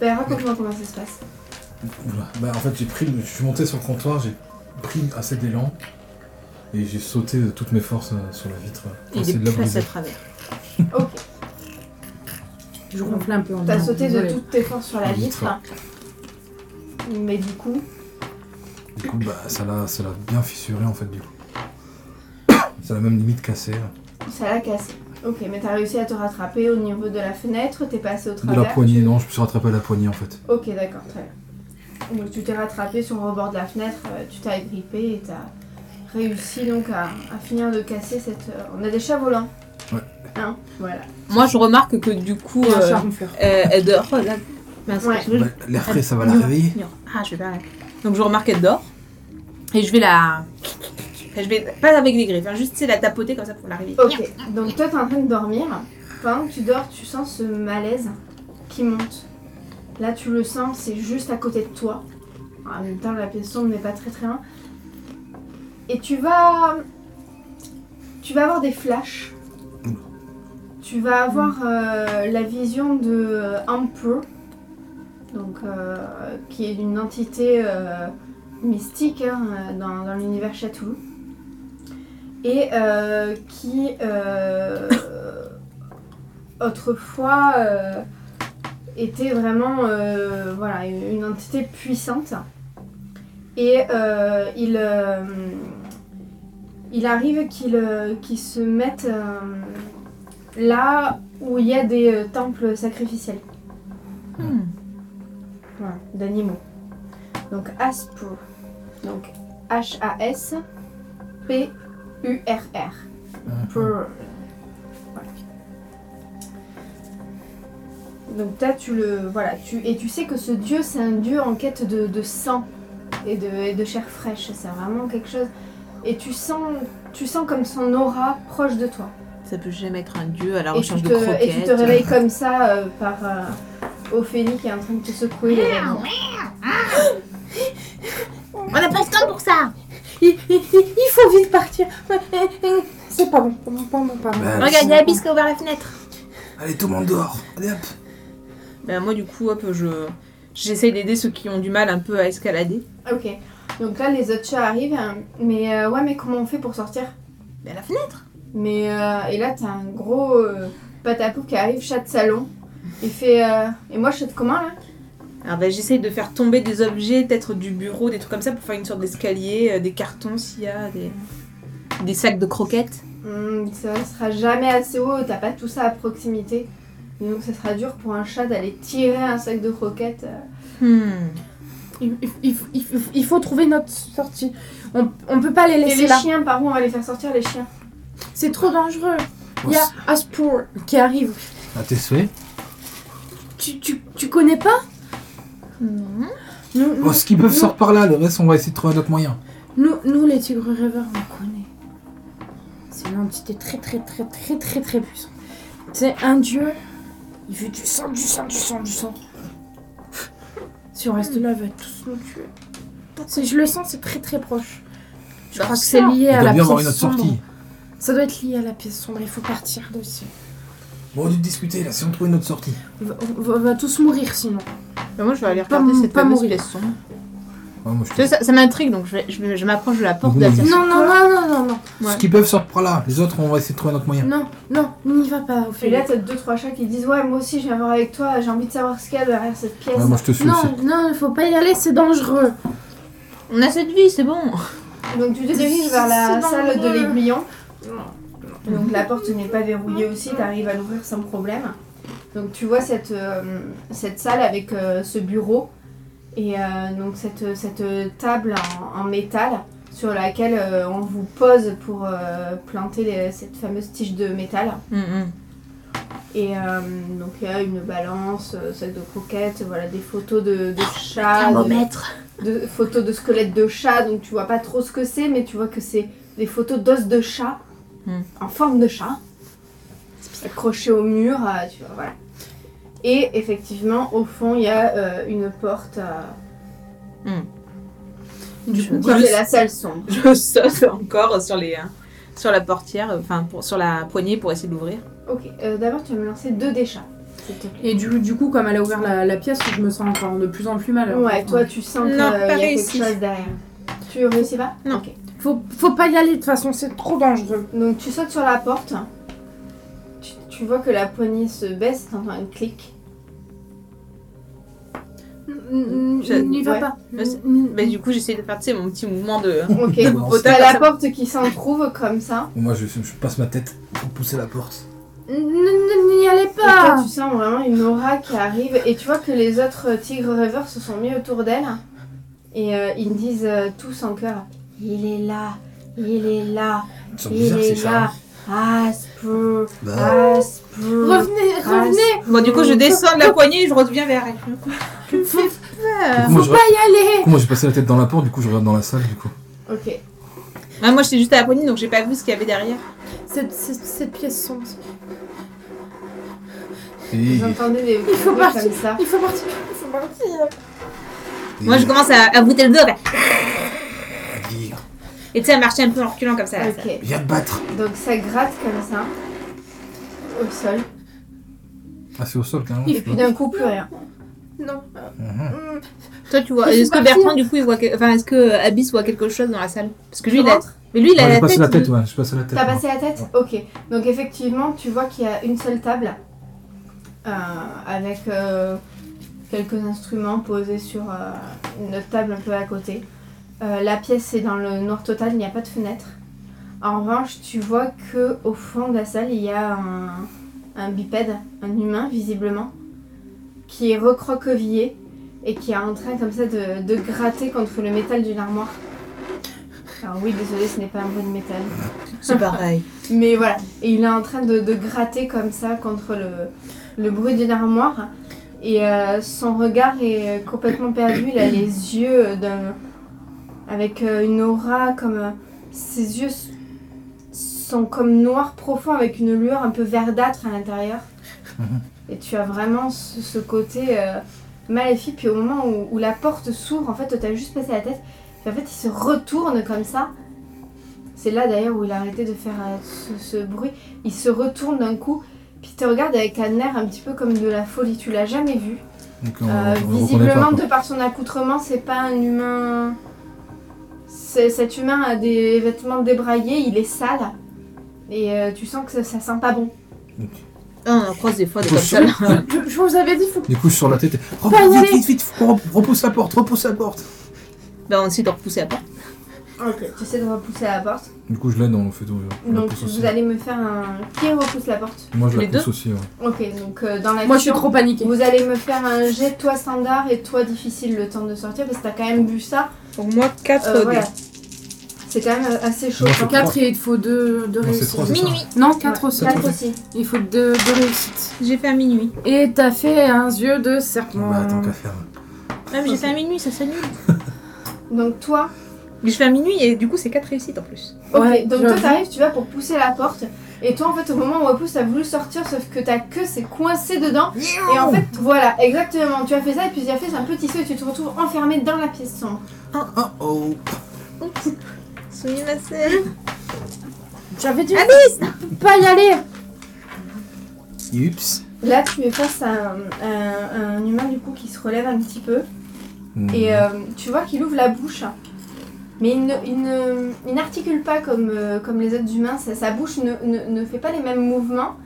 ben, raconte-moi comment ça se passe.
Oula. Bah, en fait, j'ai pris, je suis monté sur le comptoir, j'ai pris assez d'élan et j'ai sauté de toutes mes forces euh, sur la vitre. pour
Il
essayer
est
de la
passé
briser.
à travers.
Ok.
Je ronfle un peu en
T'as
disant,
sauté de
désolée.
toutes tes forces sur la
La
vitre.
vitre.
Mais du coup,
Du coup, bah, ça l'a, ça l'a bien fissuré en fait, du coup. Ça l'a même limite cassé. hein. là.
ça l'a cassé. Ok, mais t'as réussi à te rattraper au niveau de la fenêtre, t'es passé au
De la
travers.
poignée, non, je me suis rattrapé à la poignée en fait.
ok, d'accord, très bien. Donc tu t'es rattrapé sur le rebord de la fenêtre, euh, tu t'es agrippé et t'as réussi donc à, à finir de casser cette. euh, On a des chats volants.
Ouais.
Hein, voilà.
Moi, je remarque que du coup,
Un
euh,
chat ronfleur.
euh, elle dort. Oh, là, mince,
Ouais.
je-
Bah, l'air frais, ça va la réveiller.
Ah, je vais pas. Donc je remarque qu'elle dort. Et je vais la. Enfin, je vais pas avec les griffes, hein, juste c'est la tapoter comme ça pour l'arriver.
Ok, donc toi t'es en train de dormir. Pendant que tu dors, tu sens ce malaise qui monte. Là tu le sens, c'est juste à côté de toi. En même temps, la pièce sombre n'est pas très très loin. Et tu vas. Tu vas avoir des flashs. Tu vas avoir euh, la vision de euh, Emperor, donc, euh, qui est une entité euh, mystique hein, dans, dans l'univers Cthulhu et euh, qui euh, autrefois euh, était vraiment euh, voilà, une une entité puissante. Et euh, il, euh, il arrive qu'il euh, qu'il se mette euh, là où il y a des euh, temples sacrificiels.
Hmm.
Voilà, d'animaux. Donc Aspur. Donc H-A-S P URR. Purr. Voilà. Donc là, tu le voilà, tu et tu sais que ce dieu, c'est un dieu en quête de, de sang et de, et de chair fraîche. C'est vraiment quelque chose. Et tu sens, tu sens comme son aura proche de toi.
Ça peut jamais être un dieu à la
Et tu,
recherche
te,
de
et tu
croquettes.
te réveilles comme ça euh, par euh, Ophélie qui est en train de te secouer. les lèvres.
On n'a pas le temps pour ça
Il, il- il- il faut vite partir. eh, C'est pas bon, pas bon, pas bon, pas bon.
Bah,
euh, Regarde, il y a la bise qui a ouvert la fenêtre.
Allez, tout le monde dehors. Allez hop.
Ben moi du coup, hop, je. J'essaie d'aider ceux qui ont du mal un peu à escalader.
Ok. Donc là, les autres chats arrivent. hein. Mais euh, ouais, mais comment on fait pour sortir
Ben la fenêtre
Mais euh, et là, t'as un gros euh, patapou qui arrive, chat de salon. Il fait. euh, et moi, chat de comment là
Alors ben j'essaie de faire tomber des objets, peut-être du bureau, des trucs comme ça pour faire une sorte d'escalier, euh, des cartons s'il y a, des... des sacs de croquettes.
Hum, Ça sera jamais assez haut, t'as pas tout ça à proximité. Et donc, ça sera dur pour un chat d'aller tirer un sac de croquettes. euh.
Hmm.
Il, il- il- il- il faut trouver notre sortie. On, on peut pas les
Et
laisser
les
là.
chiens, par où on va les faire sortir les chiens
C'est trop dangereux. Il y a Aspour qui arrive.
Ah, t'es fait
Tu, tu, tu connais pas nous, nous,
Oh, ce qu'ils peuvent
nous-
sort par là, le reste, on va essayer de trouver d'autres moyens.
nous, nous, les tigres rêveurs, on connaît. C'est une entité très, très, très, très, très, très puissante. C'est un dieu. Il veut du sang, du sang, du sang, du sang. Si on reste là, il va tous nous tuer. C'est- Je le sens, c'est très, très proche. Je
Bah,
crois que
ça.
c'est
Il
lié
doit
à la
bien
pièce
avoir une autre
sombre.
sortie.
Ça doit être lié à la pièce sombre. Il faut partir d'ici.
Bon, on a dû discuter là, si on trouve une autre sortie.
On va, on va- on va tous mourir sinon.
Ben,
Mais moi, je vais aller
Pas
regarder
m-
cette
pas
fameuse
mourir.
pièce sombre.
Ouais, moi, je
Tu sais, ça, ça m'intrigue, donc je, vais- je, vais- je m'approche de la porte de la
Mhm.
pièce
Non, non, non, non, non, non.
ouais.
Ce qu'ils peuvent sortent par là, les autres on va essayer de trouver un autre moyen.
Non, non, n'y va pas,
Et là,
Ophélie.
t'as deux, trois chats qui disent Ouais, moi aussi, je viens voir avec toi, j'ai envie de savoir ce qu'il y a derrière cette pièce.
Ouais, moi je te suis aussi.
Non, non, il faut pas y aller, c'est dangereux.
On a cette vie, c'est bon.
Donc, tu te diriges vers
C'est
la
dans
salle
le
de
rôle.
l'aiguillon. Donc, la porte n'est pas verrouillée aussi, t'arrives à l'ouvrir sans problème. Donc, tu vois cette, euh, cette salle avec euh, ce bureau et euh, donc cette, cette table en, en métal sur laquelle euh, on vous pose pour euh, planter les- cette fameuse tige de métal.
Hmm,
Et euh, donc il y a une balance, euh, sac de croquettes, voilà des photos de, de chats, de, de photos de squelettes de chats, donc tu vois pas trop ce que c'est, mais tu vois que c'est des photos d'os de chat
Hmm.
en forme de chat, accrochées au mur, euh, tu vois, voilà. Et effectivement, au fond, il y a euh, une porte. euh, Du coup, comme
Je-
c'est la salle sombre.
Je saute encore sur les, euh, sur la portière, euh, enfin pour- sur la poignée pour essayer de l'ouvrir.
Ok, euh, d'abord tu vas me lancer deux des chats, s'il te plaît.
Et du, du coup, comme elle a ouvert la, la pièce, je me sens encore de plus en plus mal. hein,
Ouais, toi tu sens qu'il y
Non,
a
pas
quelque
réussi.
chose derrière. Tu réussis pas
Non.
Ok.
Faut, faut pas y aller, de toute façon, c'est trop dangereux.
Donc tu sautes sur la porte. Tu, tu vois que la poignée se baisse, t'entends un clic.
N- n-
Je-
N'y va
ouais.
pas.
Vas-y.
N-
Bah, du coup, j'essaie de faire tu sais, mon petit mouvement de.
Ok.
Bon,
Au
T'as
tas,
la
comme
porte qui s'entrouvre comme ça.
Moi je, je passe ma tête pour pousser la porte.
n- n- N'y allez
Et toi,
pas.
tu sens vraiment une aura qui arrive. Et tu vois que les autres tigres rêveurs se sont mis autour d'elle. Et euh, ils disent euh, tous en chœur Il est là, il est là,
Ils sont
il
bizarres ces
est
chats.
là. Asper,
Bah,
Asper.
Revenez,
Ah,
revenez.
ça. Bon, du coup, je descends de la poignée et je reviens vers elle.
du coup, moi,
Faut
je-
pas y
du
aller.
coup, moi, j'ai passé la tête dans la porte, du coup je regarde dans la salle du coup.
Ok.
Ah, moi, j'étais juste à la poignée, donc j'ai pas vu ce qu'il y avait derrière.
Cette, cette, cette pièce sombre.
Et
Vous entendez des
Il faut
bruits
partir.
comme ça.
Il faut partir. Il faut partir.
Moi, je commence à, à bouter le dos là.
dire.
et tu sais, à marcher un peu en reculant comme ça. là, ça.
Ok.
Viens te battre
Donc ça gratte comme ça au sol.
Ah c'est au sol carrément.
Et puis d'un coup plus rien.
Non.
Mhm.
Hum.
Toi, tu vois.
Il faut
Est-ce que
partir.
Bertrand, du coup, il voit. que- Enfin, est-ce que euh, Abyss voit quelque chose dans la salle Parce que lui, il a. Mais lui, il a
Moi,
la tête.
j'ai passé la tête,
il-
ouais, j'ai passé la tête.
T'as
moi.
passé la tête Ok. Donc effectivement, tu vois qu'il y a une seule table euh, avec euh, quelques instruments posés sur euh, une autre table un peu à côté. Euh, la pièce est dans le noir total, il n'y a pas de fenêtre. En revanche, tu vois que au fond de la salle, il y a un, un bipède, un humain visiblement, qui est recroquevillé et qui est en train comme ça de, de gratter contre le métal d'une armoire. Alors oui, désolé, ce n'est pas un bruit de métal.
C'est pareil.
Mais voilà, et il est en train de, de gratter comme ça contre le, le bruit d'une armoire. Et euh, son regard est complètement perdu. Il a les yeux d'un- avec euh, une aura comme. euh, ses yeux s- sont comme noirs profonds avec une lueur un peu verdâtre à l'intérieur.
Mhm.
Et tu as vraiment ce, ce côté euh, maléfique. Puis au moment où, où la porte s'ouvre, en fait, t'as juste passé la tête. Puis en fait, il se retourne comme ça. C'est là d'ailleurs où il a arrêté de faire euh, ce, ce bruit. Il se retourne d'un coup, puis il te regarde avec un air un petit peu comme de la folie. Tu l'as jamais vu.
Donc
Euh,
on, on le reconnaît pas.
visiblement,
quoi.
de par son accoutrement, c'est pas un humain. C'est- Cet humain a des vêtements débraillés, il est sale. Et euh, tu sens que ça, ça sent pas bon.
Ah, on en croise des fois des
Faut
comme ça. là.
Je, je vous avais dit, faut
Du coup je suis sur la tête et...
Pas y
Repousse, vite,
aller.
vite, vite, faut qu'on repousse la porte, repousse la porte
Ben, on essaie de repousser la porte.
Tu essaies de repousser la porte.
Du coup je l'aide, on le fait ouvrir. Je la
Donc
pousse aussi.
vous allez me faire un. Qui repousse la porte
Moi je la
Les
pousse
deux
aussi, ouais.
Ok, donc euh, dans la
Moi, je suis trop paniquée.
Vous allez me faire un jet toi standard et toi difficile le temps de sortir parce que t'as quand même vu ça.
Donc, moi, 4
Euh, voilà. C'est quand même euh, assez chaud.
Moi, je crois-
4 et il te faut 2 de
Non, c'est
réussites.
trois, c'est ça.
Non, 4 aussi.
Quatre.
4 aussi.
Il faut 2 deux, deux réussites.
J'ai fait un minuit.
Et t'as fait un yeux de serpent.
Bah attends qu'à faire.
Même j'ai fait un minuit, ça s'annule.
Donc toi,
Mais je fais un minuit et du coup, c'est 4 réussites en plus.
ok,
Ouais,
donc
je
toi
vois.
t'arrives, tu vas pour pousser la porte. Et toi en fait au moment où elle pousse, t'as voulu sortir sauf que ta queue s'est coincée dedans. Et en fait voilà, exactement, tu as fait ça et puis tu as fait un petit saut et tu te retrouves enfermé dans la pièce sombre.
Oh oh
Soumis ma scène.
J'avais dit. Alice Pas y aller
Ups
Là, tu es face à un, un- un humain du coup qui se relève un petit peu
Mm.
et euh, tu vois qu'il ouvre la bouche. Mais il ne- il ne- il n'articule pas comme, euh, comme les autres humains, sa, sa bouche ne, ne- ne fait pas les mêmes mouvements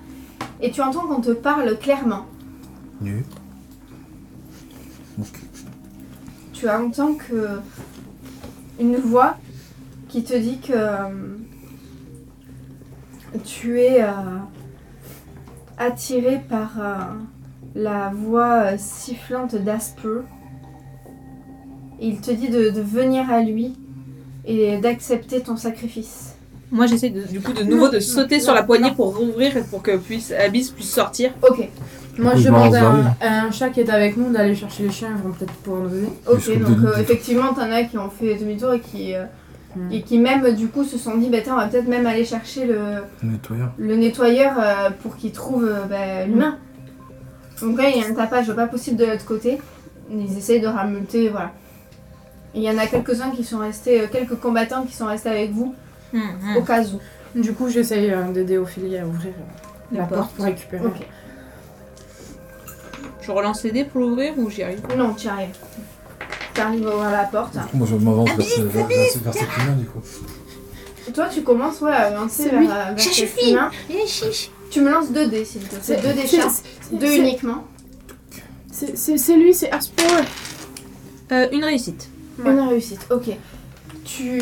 et tu entends qu'on te parle clairement.
Nu.
Tu entends que une voix qui te dit que euh, tu es euh, attiré par euh, la voix euh, sifflante d'Asper. Il te dit de, de venir à lui et d'accepter ton sacrifice.
Moi, j'essaie de- du coup de nouveau de sauter sur la poignée pour rouvrir et pour que puisse, Abyss puisse sortir.
Ok,
Moi,
Oui,
je
bah, on
demande
va
à,
aller.
un- à un chat qui est avec nous d'aller chercher les chiens, ils vont peut-être pouvoir nous aider.
Mais je
ok,
trouve
donc
de-
euh,
de-
effectivement, t'en as qui ont fait demi-tour et qui, euh,
Hmm.
et qui même du coup se sont dit, bah, tiens, on va peut-être même aller chercher le,
Nettoyeur.
le nettoyeur euh, pour qu'il trouve euh, bah, l'humain. Donc là, il y a un tapage pas possible de l'autre côté. Ils essayent de rameuter, voilà. Il y en a quelques-uns qui sont restés, euh, quelques combattants qui sont restés avec vous
Mm, Oh,
au cas où.
Du coup, j'essaye euh, d'aider Ophélie à ouvrir euh, la,
La
porte.
porte.
pour
Mm.
récupérer.
Ok.
Je relance les dés pour l'ouvrir ou j'y arrive
Non, tu arrives. Tu arrives à ouvrir la porte.
Du coup, moi, je
Ah,
m'avance vers, ce- vers, vers, vers cet humain, du coup.
Et toi, tu commences ouais, à lancer vers, euh, vers
Je
cet
suis.
humain. Tu me lances 2 dés, s'il te plaît. 2 dés chats.
c'est-
2
c'est-
uniquement.
c'est- C'est c'est lui, c'est Aspo.
Euh, Une réussite.
Une réussite, ok. Tu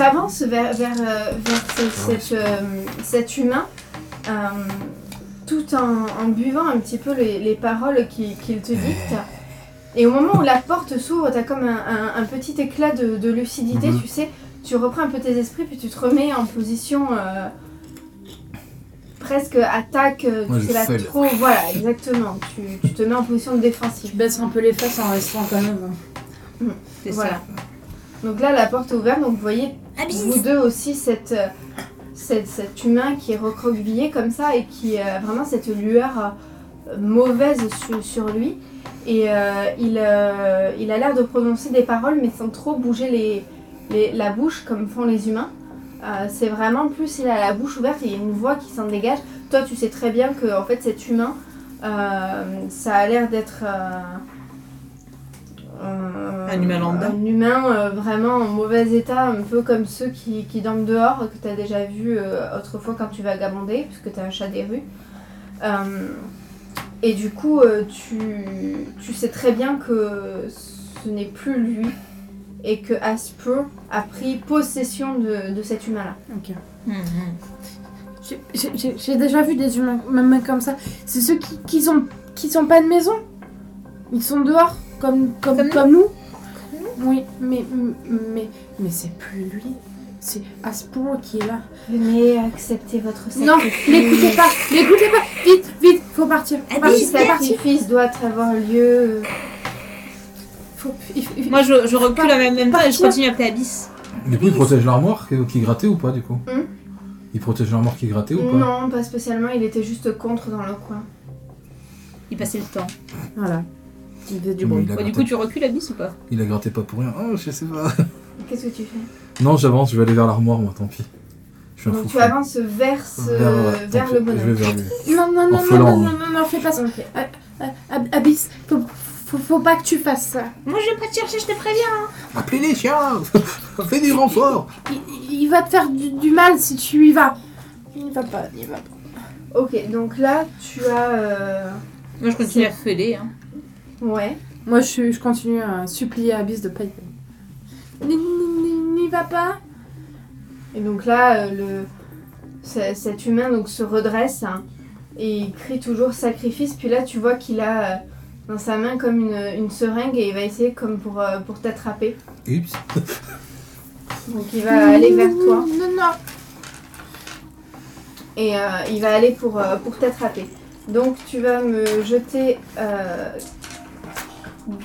avances vers, vers, euh, vers ce- cet, euh, cet humain euh, tout en, en buvant un petit peu les, les paroles qui- qu'il te dicte. Et au moment où la porte s'ouvre, t'as comme un, un- un petit éclat de, de lucidité,
Mhm.
tu sais. Tu reprends un peu tes esprits, puis tu te remets en position euh, presque attaque. euh,
Ouais,
tu
je
sais, la
fais le-
trop. Voilà, exactement. Tu, tu te mets en position de défensive.
Je baisse un peu les fesses en restant quand même. hein.
C'est
Voilà. Donc là, la porte est ouverte, donc vous voyez,
Ah,
vous deux aussi, cette, euh, cette- cet humain qui est recroquevillé comme ça et qui a vraiment cette lueur euh, mauvaise su- sur lui. Et euh, il, euh, il a l'air de prononcer des paroles, mais sans trop bouger les, les- la bouche comme font les humains. Euh, c'est vraiment plus il a la bouche ouverte et il y a une voix qui s'en dégage. Toi, tu sais très bien que en fait, cet humain, euh, ça a l'air d'être euh, euh,
Un humain lambda.
un humain, euh, vraiment en mauvais état, un peu comme ceux qui, qui dorment dehors que tu as déjà vu euh, autrefois quand tu vagabondais, puisque tu es un chat des rues. Euh, et du coup, euh, tu, tu sais très bien que ce n'est plus lui et que Asper a pris possession de, de cet humain-là.
Mm,
J'ai- j'ai- J'ai j'ai déjà vu des humains même comme ça. C'est ceux qui, qui sont qui sont pas de maison. Ils sont dehors comme comme comme,
Comme
nous. Oui, mais mais mais c'est plus lui. C'est Aspo qui est là.
Venez accepter votre sacrifice.
Non, l'écoutez pas, l'écoutez pas. Vite, vite, faut partir. Faut
Le
partir, faut partir.
sacrifice doit avoir lieu.
Faut- il- il-
Moi, je, je recule à même, même pas et je
Partir.
continue à appeler Abyss.
Du coup, il protège l'armoire qui, qui grattait ou pas, du coup
Hum
Il protège l'armoire qui grattait ou pas
Non, pas spécialement, il était juste contre dans le coin.
Il passait le temps.
Voilà. Il faisait du
Mais
bruit.
il, a
Bon,
gratté,
du coup, tu recules Abyss ou pas
il a gratté pas pour rien. Oh, je sais pas.
Qu'est-ce que tu fais
Non, j'avance, je vais aller vers l'armoire, moi, tant pis. Je suis un
Donc
fou.
tu
euh,
avances vers, ce- vers, le
Je vais
bonhomme.
vers lui.
Non, non, non, non,
foulant,
non,
hein.
non, non, non, fais pas ça.
Ok.
Euh, Ab- Abyss, faut, faut, faut pas que tu fasses ça.
Moi, je vais pas te chercher, je te préviens.
Appelez les chiens Fais du renfort
Il, il va te faire du, du mal si tu y vas. Il va pas, il va pas.
Ok, donc là, tu as. euh,
Moi, je continue à feuiller. Hein.
Ouais.
Moi, je, suis- je continue à supplier Abyss de pas y aller.
N'y- n'y- n'y- N'y va pas.
Et donc là, euh, le, ce- cet humain donc, se redresse hein, et il crie toujours sacrifice. Puis là, tu vois qu'il a euh, dans sa main comme une, une seringue et il va essayer comme pour, euh, pour t'attraper.
Oups
Donc il va
Euh,
aller vers toi
Non, non,
et euh, il va aller pour, euh, pour t'attraper. Donc tu vas me jeter euh,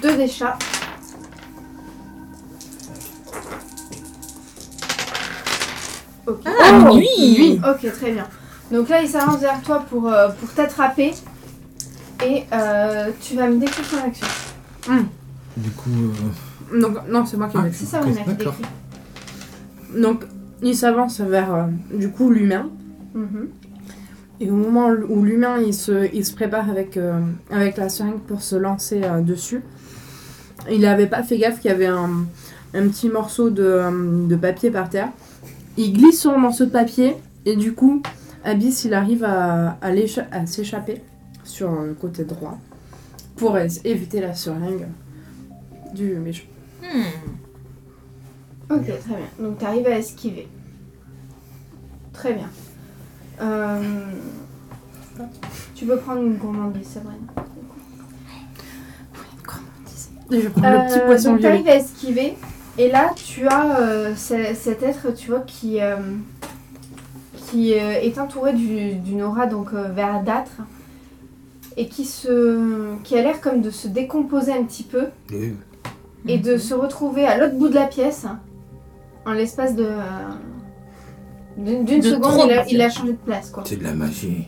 deux déchats. Ok.
Ah,
Ah,
lui
Ok, très bien. Donc là, il s'avance vers toi pour, euh, pour t'attraper. Et euh, tu vas me décrire ton action.
Du coup, euh,
Donc, non, c'est moi qui ai
Ah.
dit.
C'est ça, on a qui
D'accord.
décrit.
Donc, il s'avance vers, euh, du coup, l'humain.
Mhm.
Et au moment où l'humain il se, il se prépare avec, euh, avec la seringue pour se lancer euh, dessus, il n'avait pas fait gaffe qu'il y avait un, un petit morceau de, euh, de papier par terre. Il glisse sur le morceau de papier et du coup, Abyss il arrive à, à l'écha- à s'échapper sur le côté droit pour é- éviter la seringue du méchant.
Ok, très bien. Donc tu arrives à esquiver. Très bien. Euh, Tu peux prendre une gourmandise, Sabrina.
Et je prends le petit
Euh,
poisson
donc
violet.
t'arrives à esquiver et là tu as euh, ce- cet être tu vois qui euh, qui euh, est entouré du- d'une aura donc euh, verdâtre et qui se qui a l'air comme de se décomposer un petit peu
Oui.
et de se retrouver à l'autre bout de la pièce en l'espace de euh, d'une d'une
De
seconde
trop
il a,
vite.
il a changé de place quoi.
C'est de la magie.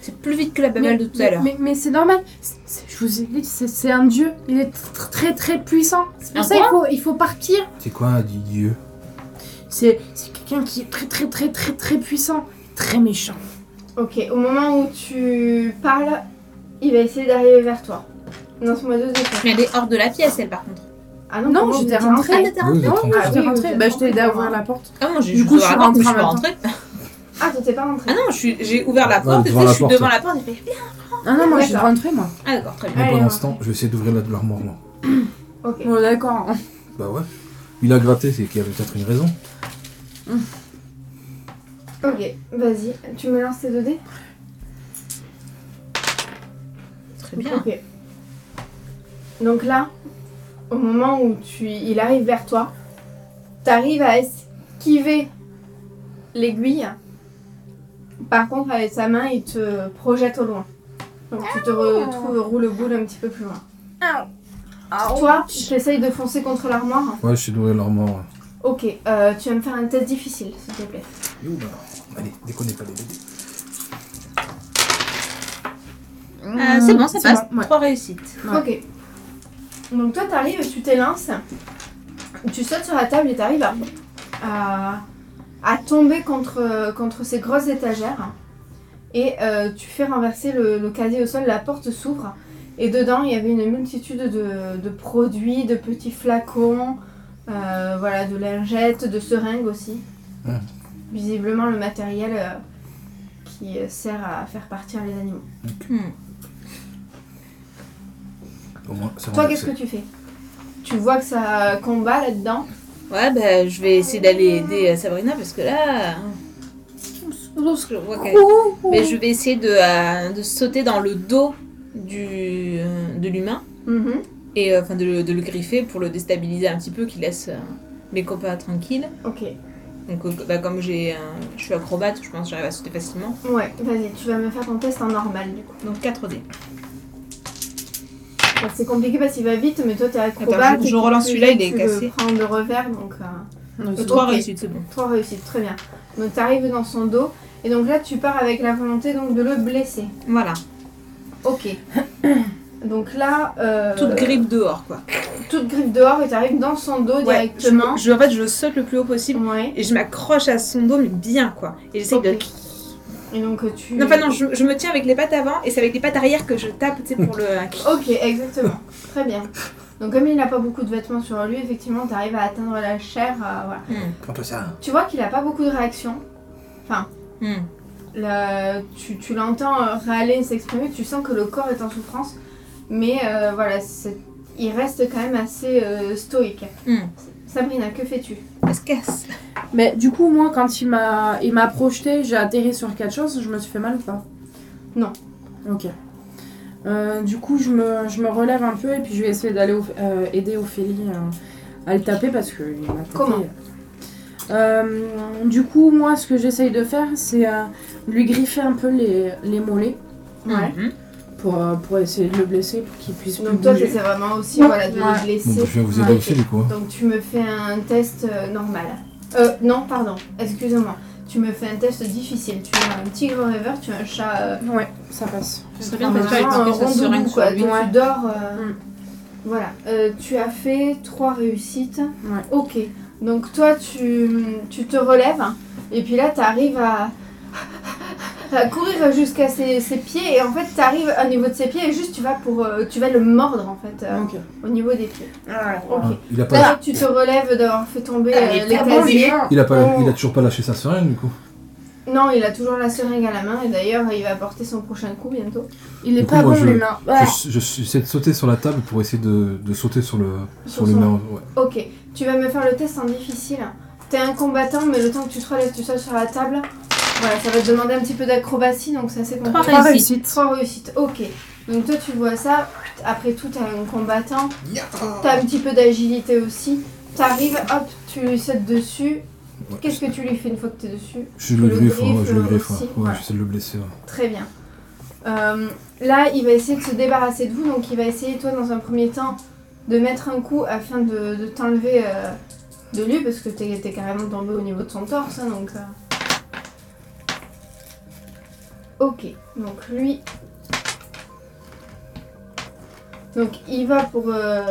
C'est plus vite que la babelle de tout à
mais-
l'heure.
mais- mais c'est normal, C'est- c'est- je vous ai dit, c'est c'est un dieu, il est tr- très très puissant. C'est
Un
pour ça qu'il faut, il faut partir.
C'est quoi un dieu
C'est c'est quelqu'un qui est très très très très très puissant, très méchant.
Ok au moment où tu parles il va essayer d'arriver vers toi. Lance-moi deux défenses.
Mais elle est hors de la pièce, elle, par contre.
Ah
Non,
pour moi,
j'étais
vous êtes rentrés.
rentrée.
Ah, t'es
Oui, vous êtes
Ah,
rentrés.
je t'ai
oui,
rentré,
vous êtes
bah je t'ai aidé à
rentré,
ouvrir
moi.
la porte.
Ah non, j'ai
Du
je
coup,
vous
je suis
raconte,
rentrée
je suis
en
rentrée.
Ah, t'étais pas rentré.
Ah non, je suis- j'ai ouvert la
Ouais,
porte, et
devant
tu sais,
la
je suis
porte.
devant la porte, j'ai fait bien.
Ah non, moi je suis
D'accord.
rentrée moi.
Ah d'accord, très bien.
Mais
Allez,
pendant
on
ce temps, je vais essayer d'ouvrir la- l'armoire noire.
Ok.
Bon d'accord.
Bah ouais. Il a gratté, c'est qu'il y avait peut-être une raison.
Ok, vas-y, tu me lances tes 2 dés
Très bien.
Ok. Donc là, au moment où tu, il arrive vers toi, t'arrives à esquiver l'aiguille. Par contre, avec sa main, il te projette au loin. Donc tu te retrouves roule boule un petit peu plus loin. Toi, tu essayes de foncer contre l'armoire.
Ouais, je suis d'ouvrir l'armoire.
Ok, euh, tu vas me faire un test difficile, s'il te plaît.
Yo, bah, Allez, déconnez pas les bébés.
Euh, c'est bon, ça
C'est
passe.
bon, ouais.
Trois réussites.
Ouais.
Ok. Donc toi, t'arrives et tu t'élances. Tu sautes sur la table et t'arrives à, à, à tomber contre, contre ces grosses étagères. Et euh, tu fais renverser le, le casier au sol, la porte s'ouvre. Et dedans, il y avait une multitude de, de produits, de petits flacons, euh, voilà, de lingettes, de seringues aussi.
Ah.
Visiblement, le matériel euh, qui euh, sert à faire partir les animaux.
Hmm.
Au moins, Ah, c'est
Toi,
renversé.
qu'est-ce que tu fais Tu vois que ça combat là-dedans.
Ouais, bah je vais essayer d'aller aider euh, Sabrina parce que là. Parce que je vois qu'elle- Mais je vais essayer de, euh, de sauter dans le dos du, euh, de l'humain
Mhm.
et euh, enfin de, le- de le griffer pour le déstabiliser un petit peu, qu'il laisse euh, mes copains tranquilles.
Ok.
Donc euh, bah, comme j'ai, euh, je suis acrobate, je pense que j'arrive à sauter facilement.
Ouais, vas-y, tu vas me faire ton test en normal du coup.
Donc 4 dés.
Bon, c'est compliqué parce qu'il va vite, mais toi t'es acrobate.
Attends, je- je
et tu
relance
peux-
celui-là, il est
tu le
cassé.
prends de revers, donc euh,
bon.
3
Ok.
réussites, c'est bon.
trois réussites, très bien. Donc t'arrives dans son dos, et donc là tu pars avec la volonté donc de le blesser.
Voilà.
Ok. donc là. euh,
Toute grippe dehors quoi.
Toute griffe dehors, et t'arrives dans son dos
Ouais, je,
directement.
je- en fait, je saute le plus haut possible
Ouais.
et je m'accroche à son dos, mais bien quoi. Et j'essaie
Ok.
de.
Et donc tu.
Non, enfin, non, je, je me tiens avec les pattes avant et c'est avec les pattes arrière que je tape, tu sais, pour le.
Ok, exactement. Très bien. Donc comme il n'a pas beaucoup de vêtements sur lui, effectivement, tu arrives à atteindre la chair. euh, voilà.
Prends-toi ça.
Tu vois qu'il n'a pas beaucoup de réactions.
Hmm.
Le- tu tu l'entends euh, râler, s'exprimer, tu sens que le corps est en souffrance. Mais euh, voilà, c'est- il reste quand même assez euh, stoïque.
Hmm.
Sabrina, que fais-tu
Elle se casse.
Mais du coup moi quand il m'a il m'a projeté, j'ai atterri sur quelque chose, je me suis fait mal ou pas
Non.
Ok. Euh, du coup je me, je me relève un peu et puis je vais essayer d'aller au- euh, aider Ophélie euh, à le taper parce que il m'a tapé.
Comment
Euh, Du coup moi ce que j'essaye de faire c'est euh, lui griffer un peu les, les mollets
Hmm.
Ouais.
Mhm.
pour, euh, pour essayer de le blesser pour qu'il puisse plus
Donc toi,
bouger.
c'est vraiment aussi
Ouais.
voilà, de
Ouais.
le blesser.
Bon, bah, je vais vous aider
Ouais.
aussi, du coup. hein.
Donc tu me fais un test euh, normal. Euh, non, pardon, excusez-moi. Tu me fais un test difficile. Tu as un tigre rêveur, tu as un chat... euh,
Ouais, ça passe.
Ça serait
Enfin,
bien de faire
vraiment
une
un
espèce de seringue
rondoudou,
sur
quoi.
lui.
Donc,
Ouais.
tu dors. euh,
Mm.
Voilà. Euh, tu as fait trois réussites.
Ouais.
Ok. Donc toi, tu, tu te relèves. Et puis là, tu arrives à, Enfin, courir jusqu'à ses, ses pieds et en fait t'arrives au niveau de ses pieds et juste tu vas pour euh, tu vas le mordre en fait euh,
Ok.
au niveau des pieds. Ok.
Ah, Il a pas,
Là, tu te relèves d'avoir fait tomber euh,
Elle Ah, est
les
tellement
casiers.
il a pas, il a toujours pas lâché sa seringue du coup.
Non, il a toujours la seringue à la main et d'ailleurs il va porter son prochain coup bientôt.
Il est
Du coup,
pas
moi,
bon,
je-
l'humain.
Je- Je, j'essaie de sauter sur la table pour essayer de, de sauter sur le
Sur
sur
son-
l'humain. ouais.
Ok, tu vas me faire le test en difficile. T'es un combattant mais le temps que tu te relèves tout seul sur la table, voilà, ça va te demander un petit peu d'acrobatie donc ça c'est compliqué.
Trois réussites.
Trois réussites, ok. Donc toi tu vois ça, après tout t'es un combattant, t'as un petit peu d'agilité aussi, t'arrives, hop, tu lui sautes dessus.
Ouais.
Qu'est-ce que tu lui fais une fois que t'es dessus
Je le
le
griffe, ouais,
griffes,
je le
euh,
griffe. ouais.
aussi,
Ouais,
voilà.
J'essaie de le blesser. ouais.
Très bien. Euh, là il va essayer de se débarrasser de vous, donc il va essayer toi dans un premier temps de mettre un coup afin de, de t'enlever euh, de lui parce que t'es t'es carrément tombé au niveau de son torse, hein, donc... euh. Ok, donc lui, Donc il va pour, euh,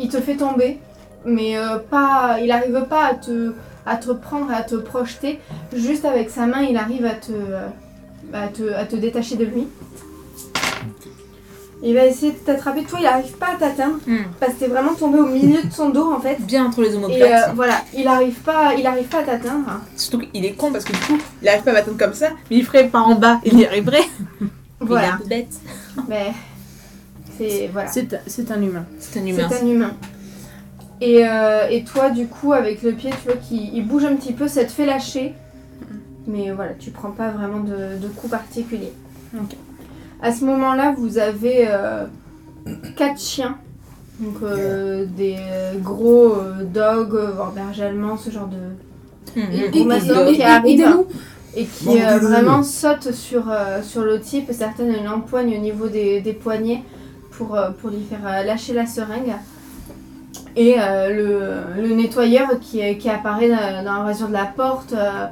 il te fait tomber, mais euh, pas, il arrive pas à te, à te prendre, à te projeter. Juste avec sa main, il arrive à te, euh, à te, à te détacher de lui. Il va essayer de t'attraper. Toi, il arrive pas à t'atteindre
Hmm.
parce que t'es vraiment tombé au milieu de son dos en fait.
Bien entre les
Et euh,
omoplates.
voilà, il arrive pas, il arrive pas à t'atteindre.
Surtout qu'il est con parce que du coup, il arrive pas à m'atteindre comme ça, mais il ferait par en bas, il y arriverait.
Il est
Voilà,
un peu bête.
mais c'est voilà.
C'est c'est un humain.
C'est un
C'est
humain. Hmm,
un humain. Et, euh, et toi, du coup, avec le pied, tu vois qu'il il bouge un petit peu, ça te fait lâcher. Mais voilà, tu prends pas vraiment de, de coup particulier.
Ok.
À ce moment-là, vous avez euh, quatre chiens. Donc euh, des gros euh, dogs, euh, voire bergers allemands, ce genre de,
Hum, hum.
Ou maintenant
et-
qui
et-
arrive
aidez-nous.
et qui
Bon,
euh,
dis-le.
vraiment saute sur, euh, sur le type. Certaines l'empoignent au niveau des, des poignets pour, euh, pour lui faire euh, lâcher la seringue. Et euh, le, le nettoyeur qui, est- qui apparaît dans, dans la rasure de la porte, euh,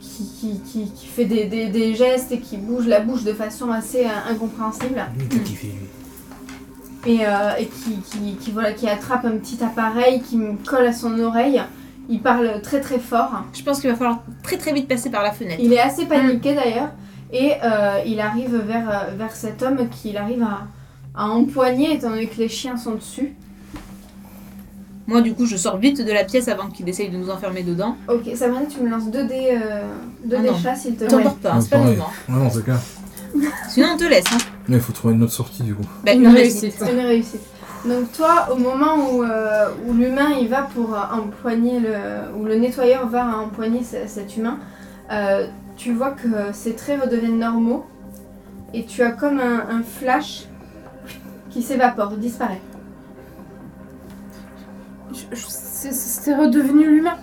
qui, qui, qui- qui fait des, des- des gestes et qui bouge la bouche de façon assez euh, incompréhensible. Et, euh, et qui, qui, qui, voilà, qui attrape un petit appareil qui me colle à son oreille. Il parle très très fort.
Je pense qu'il va falloir très très vite passer par la fenêtre.
Il est assez paniqué d'ailleurs et euh, il arrive vers, euh, vers cet homme qu'il arrive à, à empoigner étant donné que les chiens sont dessus.
Moi, du coup, je sors vite de la pièce avant qu'il essaye de nous enfermer dedans.
Ok, Sabrina, tu me lances 2 dés, euh, deux
Ah
dés
non.
chat s'il te plaît.
T'emporte pas,
Ah,
hein, c'est pas le
pareil.
moment.
Ouais, non, c'est clair.
Sinon, on te laisse. Hein.
Mais il faut trouver une autre sortie du coup.
Bah,
Une
non,
réussite.
C'est une réussite. Donc toi, au moment où, euh, où l'humain il va pour euh, empoigner le, où le nettoyeur va empoigner ce- cet humain, euh, tu vois que ses traits redeviennent normaux et tu as comme un, un flash qui s'évapore, disparaît.
Je- je- c'est- C'est redevenu l'humain.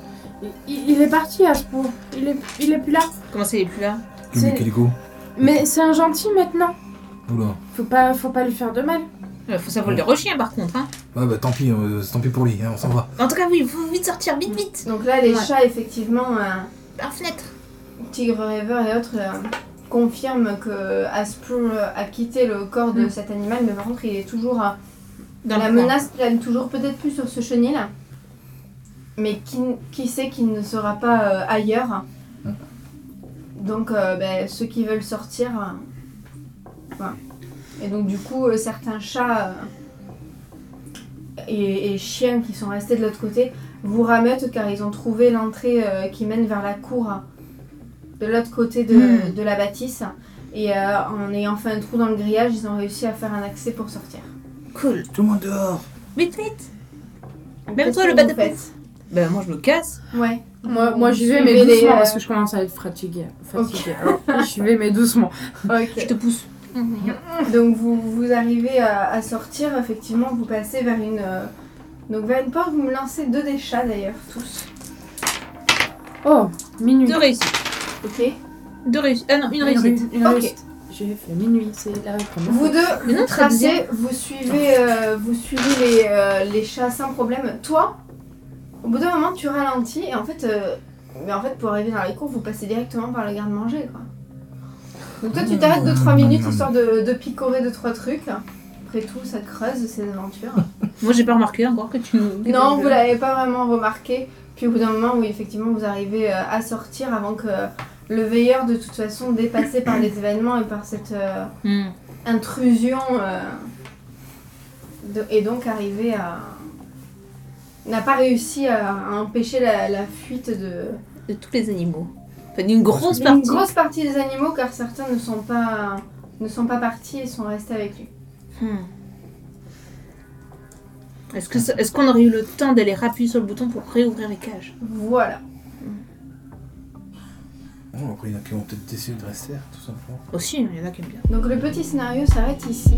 Il, il est parti à ce point. Il est, il est plus là.
Comment ça, il est plus là
Le
C'est-
mec il est go.
Mais c'est un gentil maintenant.
Oula.
Faut pas, faut pas lui faire de mal.
Euh, Faut savoir le rechien, par contre. Hein.
Ouais, bah tant pis, euh, tant pis pour lui, hein, on s'en va.
En tout cas, oui, faut vite sortir, vite, vite.
Donc là, les
Ouais.
chats, effectivement, euh,
Par fenêtre.
Tigre Rêveur et autres euh, confirment que Asprue a quitté le corps de cet animal, mais par contre, il est toujours. euh,
Dans
la
le coin.
menace plane toujours peut-être plus sur ce chenil, mais qui, qui sait qu'il ne sera pas euh, ailleurs. Donc, euh, ben, ceux qui veulent sortir. euh, voilà. Et donc, du coup, euh, certains chats euh, et, et chiens qui sont restés de l'autre côté vous rameutent car ils ont trouvé l'entrée euh, qui mène vers la cour de l'autre côté de,
Hmm.
de la bâtisse. Et euh, en ayant fait un trou dans le grillage, ils ont réussi à faire un accès pour sortir.
Cool.
Tout le monde dehors
Vite, vite.
Donc,
Même
qu'est-ce
toi,
que
le bas
vous
de
faites
fête. Bah, moi, je me casse.
Ouais.
Moi, moi j'y vais,
Suivez
mais
les,
doucement
euh,
parce que je commence à être fatiguée. fatiguée. Alors, j'y vais, mais doucement.
Je
Ok.
te pousse.
Donc vous, vous arrivez euh, à, à sortir, effectivement, vous passez vers une, euh, donc vers une porte, vous me lancez deux des chats d'ailleurs, tous.
Oh, minuit.
Deux réussites.
Ok
Deux réussites. Ah non, une réussite.
Une, une
Ok.
réussite. J'ai fait minuit, c'est la première.
Vous deux,
Mais
vous
non, très bien.
tracez, vous suivez, euh, vous suivez les, euh, les chats sans problème. Toi, au bout d'un moment, tu ralentis et en fait, euh, mais en fait, pour arriver dans les cours, vous passez directement par le garde-manger, quoi. Donc toi, tu t'arrêtes de 3 minutes histoire de, de picorer de trois trucs. Après tout, ça creuse ces aventures.
Moi, j'ai pas remarqué encore que tu nous.
Non, vous l'avez pas vraiment remarqué. Puis au bout d'un moment, oui, effectivement, vous arrivez euh, à sortir avant que Le veilleur, de toute façon, dépassé par les événements et par cette euh,
Hmm.
intrusion, euh, de- est donc arrivé à. n'a pas réussi à, à empêcher la, la fuite de.
De tous les animaux. Enfin, d'une grosse
Une
partie.
grosse partie des animaux, car certains ne sont pas, ne sont pas partis et sont restés avec lui.
Hmm. Est-ce que ça- est-ce qu'on aurait eu le temps d'aller appuyer sur le bouton pour réouvrir les cages
Voilà.
Bon, après, il y en a qui ont peut-être décidé de rester, tout simplement.
Aussi, hein, il y en a qui aiment bien.
Donc le petit scénario s'arrête ici.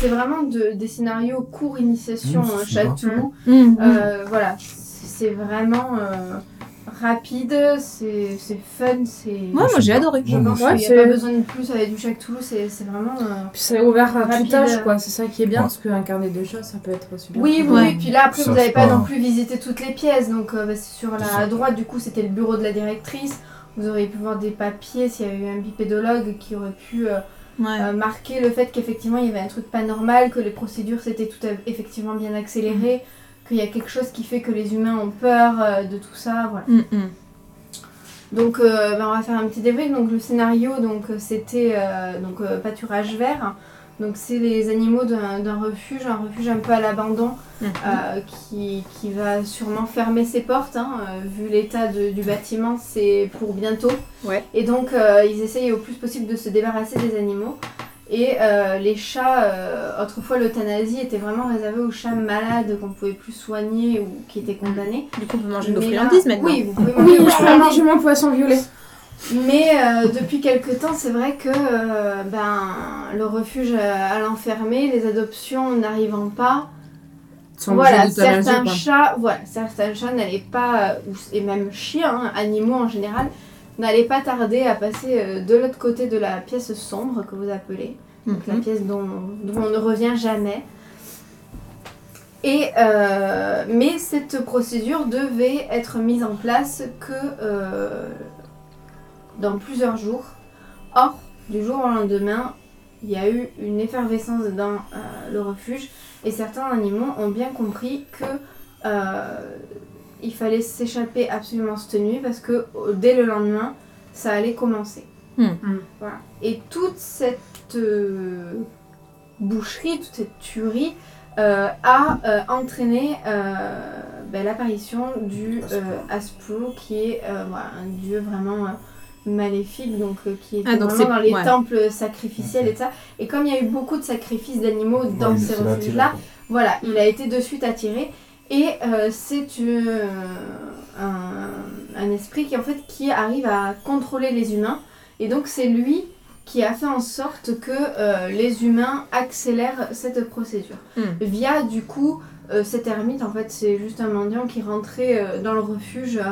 C'est vraiment de- des scénarios courts initiation
Mmh,
euh,
c'est bien.
château.
Hmm.
Euh, voilà, c'est vraiment euh, rapide, c'est c'est fun, c'est.
Moi, moi j'ai adoré.
Je pense
Ouais,
qu'il n'y a
c'est-
pas besoin de plus avec du Jacques Toulouse, c'est c'est vraiment. euh,
Puis c'est ouvert à
Rapide.
tout âge, quoi. C'est ça qui est bien,
Ouais.
parce qu'incarner des choses, ça peut être aussi bien.
Oui, oui,
Ouais.
et puis là, après,
Ça,
vous n'avez
c'est
pas
pas-
non plus visité toutes les pièces, donc euh, bah, c'est sur
C'est ça.
la droite, du coup, c'était le bureau de la directrice. Vous auriez pu voir des papiers s'il y avait eu un bipédologue qui aurait pu euh,
Ouais.
euh, marquer le fait qu'effectivement il y avait un truc pas normal, que les procédures s'étaient tout à- effectivement bien accélérées,
Mm.
qu'il y a quelque chose qui fait que les humains ont peur euh, de tout ça, voilà.
Mm, mm.
Donc euh, ben, on va faire un petit débrief. Donc le scénario, donc euh, c'était euh, donc euh, pâturage vert. Donc c'est les animaux d'un d'un refuge, un refuge un peu à l'abandon,
Mhm.
euh, qui, qui va sûrement fermer ses portes. hein, euh, vu l'état de- du bâtiment, c'est pour bientôt.
Ouais.
Et donc euh, ils essayent au plus possible de se débarrasser des animaux. Et euh, les chats, euh, autrefois l'euthanasie était vraiment réservée aux chats malades qu'on pouvait plus soigner ou qui étaient condamnés.
Du coup, on peut manger nos
Mais là-
friandises maintenant.
Oui, vous pouvez
Oui,
manger
oui,
vos
je peux
friandises.
manger mon poisson violet.
Mais euh, depuis quelque temps, c'est vrai que euh, ben, le refuge euh, à l'enfermé, les adoptions n'arrivant pas,
Sans
voilà,
obligé de t'allergier,
certains
quoi.
chats, voilà, certains chats n'allaient pas, euh, ou- et même chiens, hein, animaux en général, n'allaient pas tarder à passer euh, de l'autre côté de la pièce sombre que vous appelez, donc la
Mhm.
pièce dont, dont on ne revient jamais. Et euh, mais cette procédure devait être mise en place que euh, dans plusieurs jours. Or, du jour au lendemain, il y a eu une effervescence dans euh, le refuge et certains animaux ont bien compris que euh, il fallait s'échapper absolument cette nuit parce que euh, dès le lendemain, ça allait commencer.
Hmm.
Hmm.
Voilà. Et toute cette euh, boucherie, toute cette tuerie euh, a euh, entraîné euh, ben, l'apparition du euh, Aspro, qui est euh, voilà, un dieu vraiment euh, maléfique, donc euh, qui est
Ah, donc
vraiment
c'est-
dans les
ouais.
temples sacrificiels et tout ça. Et comme il y a eu beaucoup de sacrifices d'animaux dans
Ouais,
ces
c'est là,
refuges-là,
tu
voilà, il a été de suite attiré et euh, c'est euh, un, un esprit qui en fait qui arrive à contrôler les humains et donc c'est lui qui a fait en sorte que euh, les humains accélèrent cette procédure
Mm.
via du coup euh, cet ermite en fait c'est juste un mendiant qui rentrait euh, dans le refuge euh,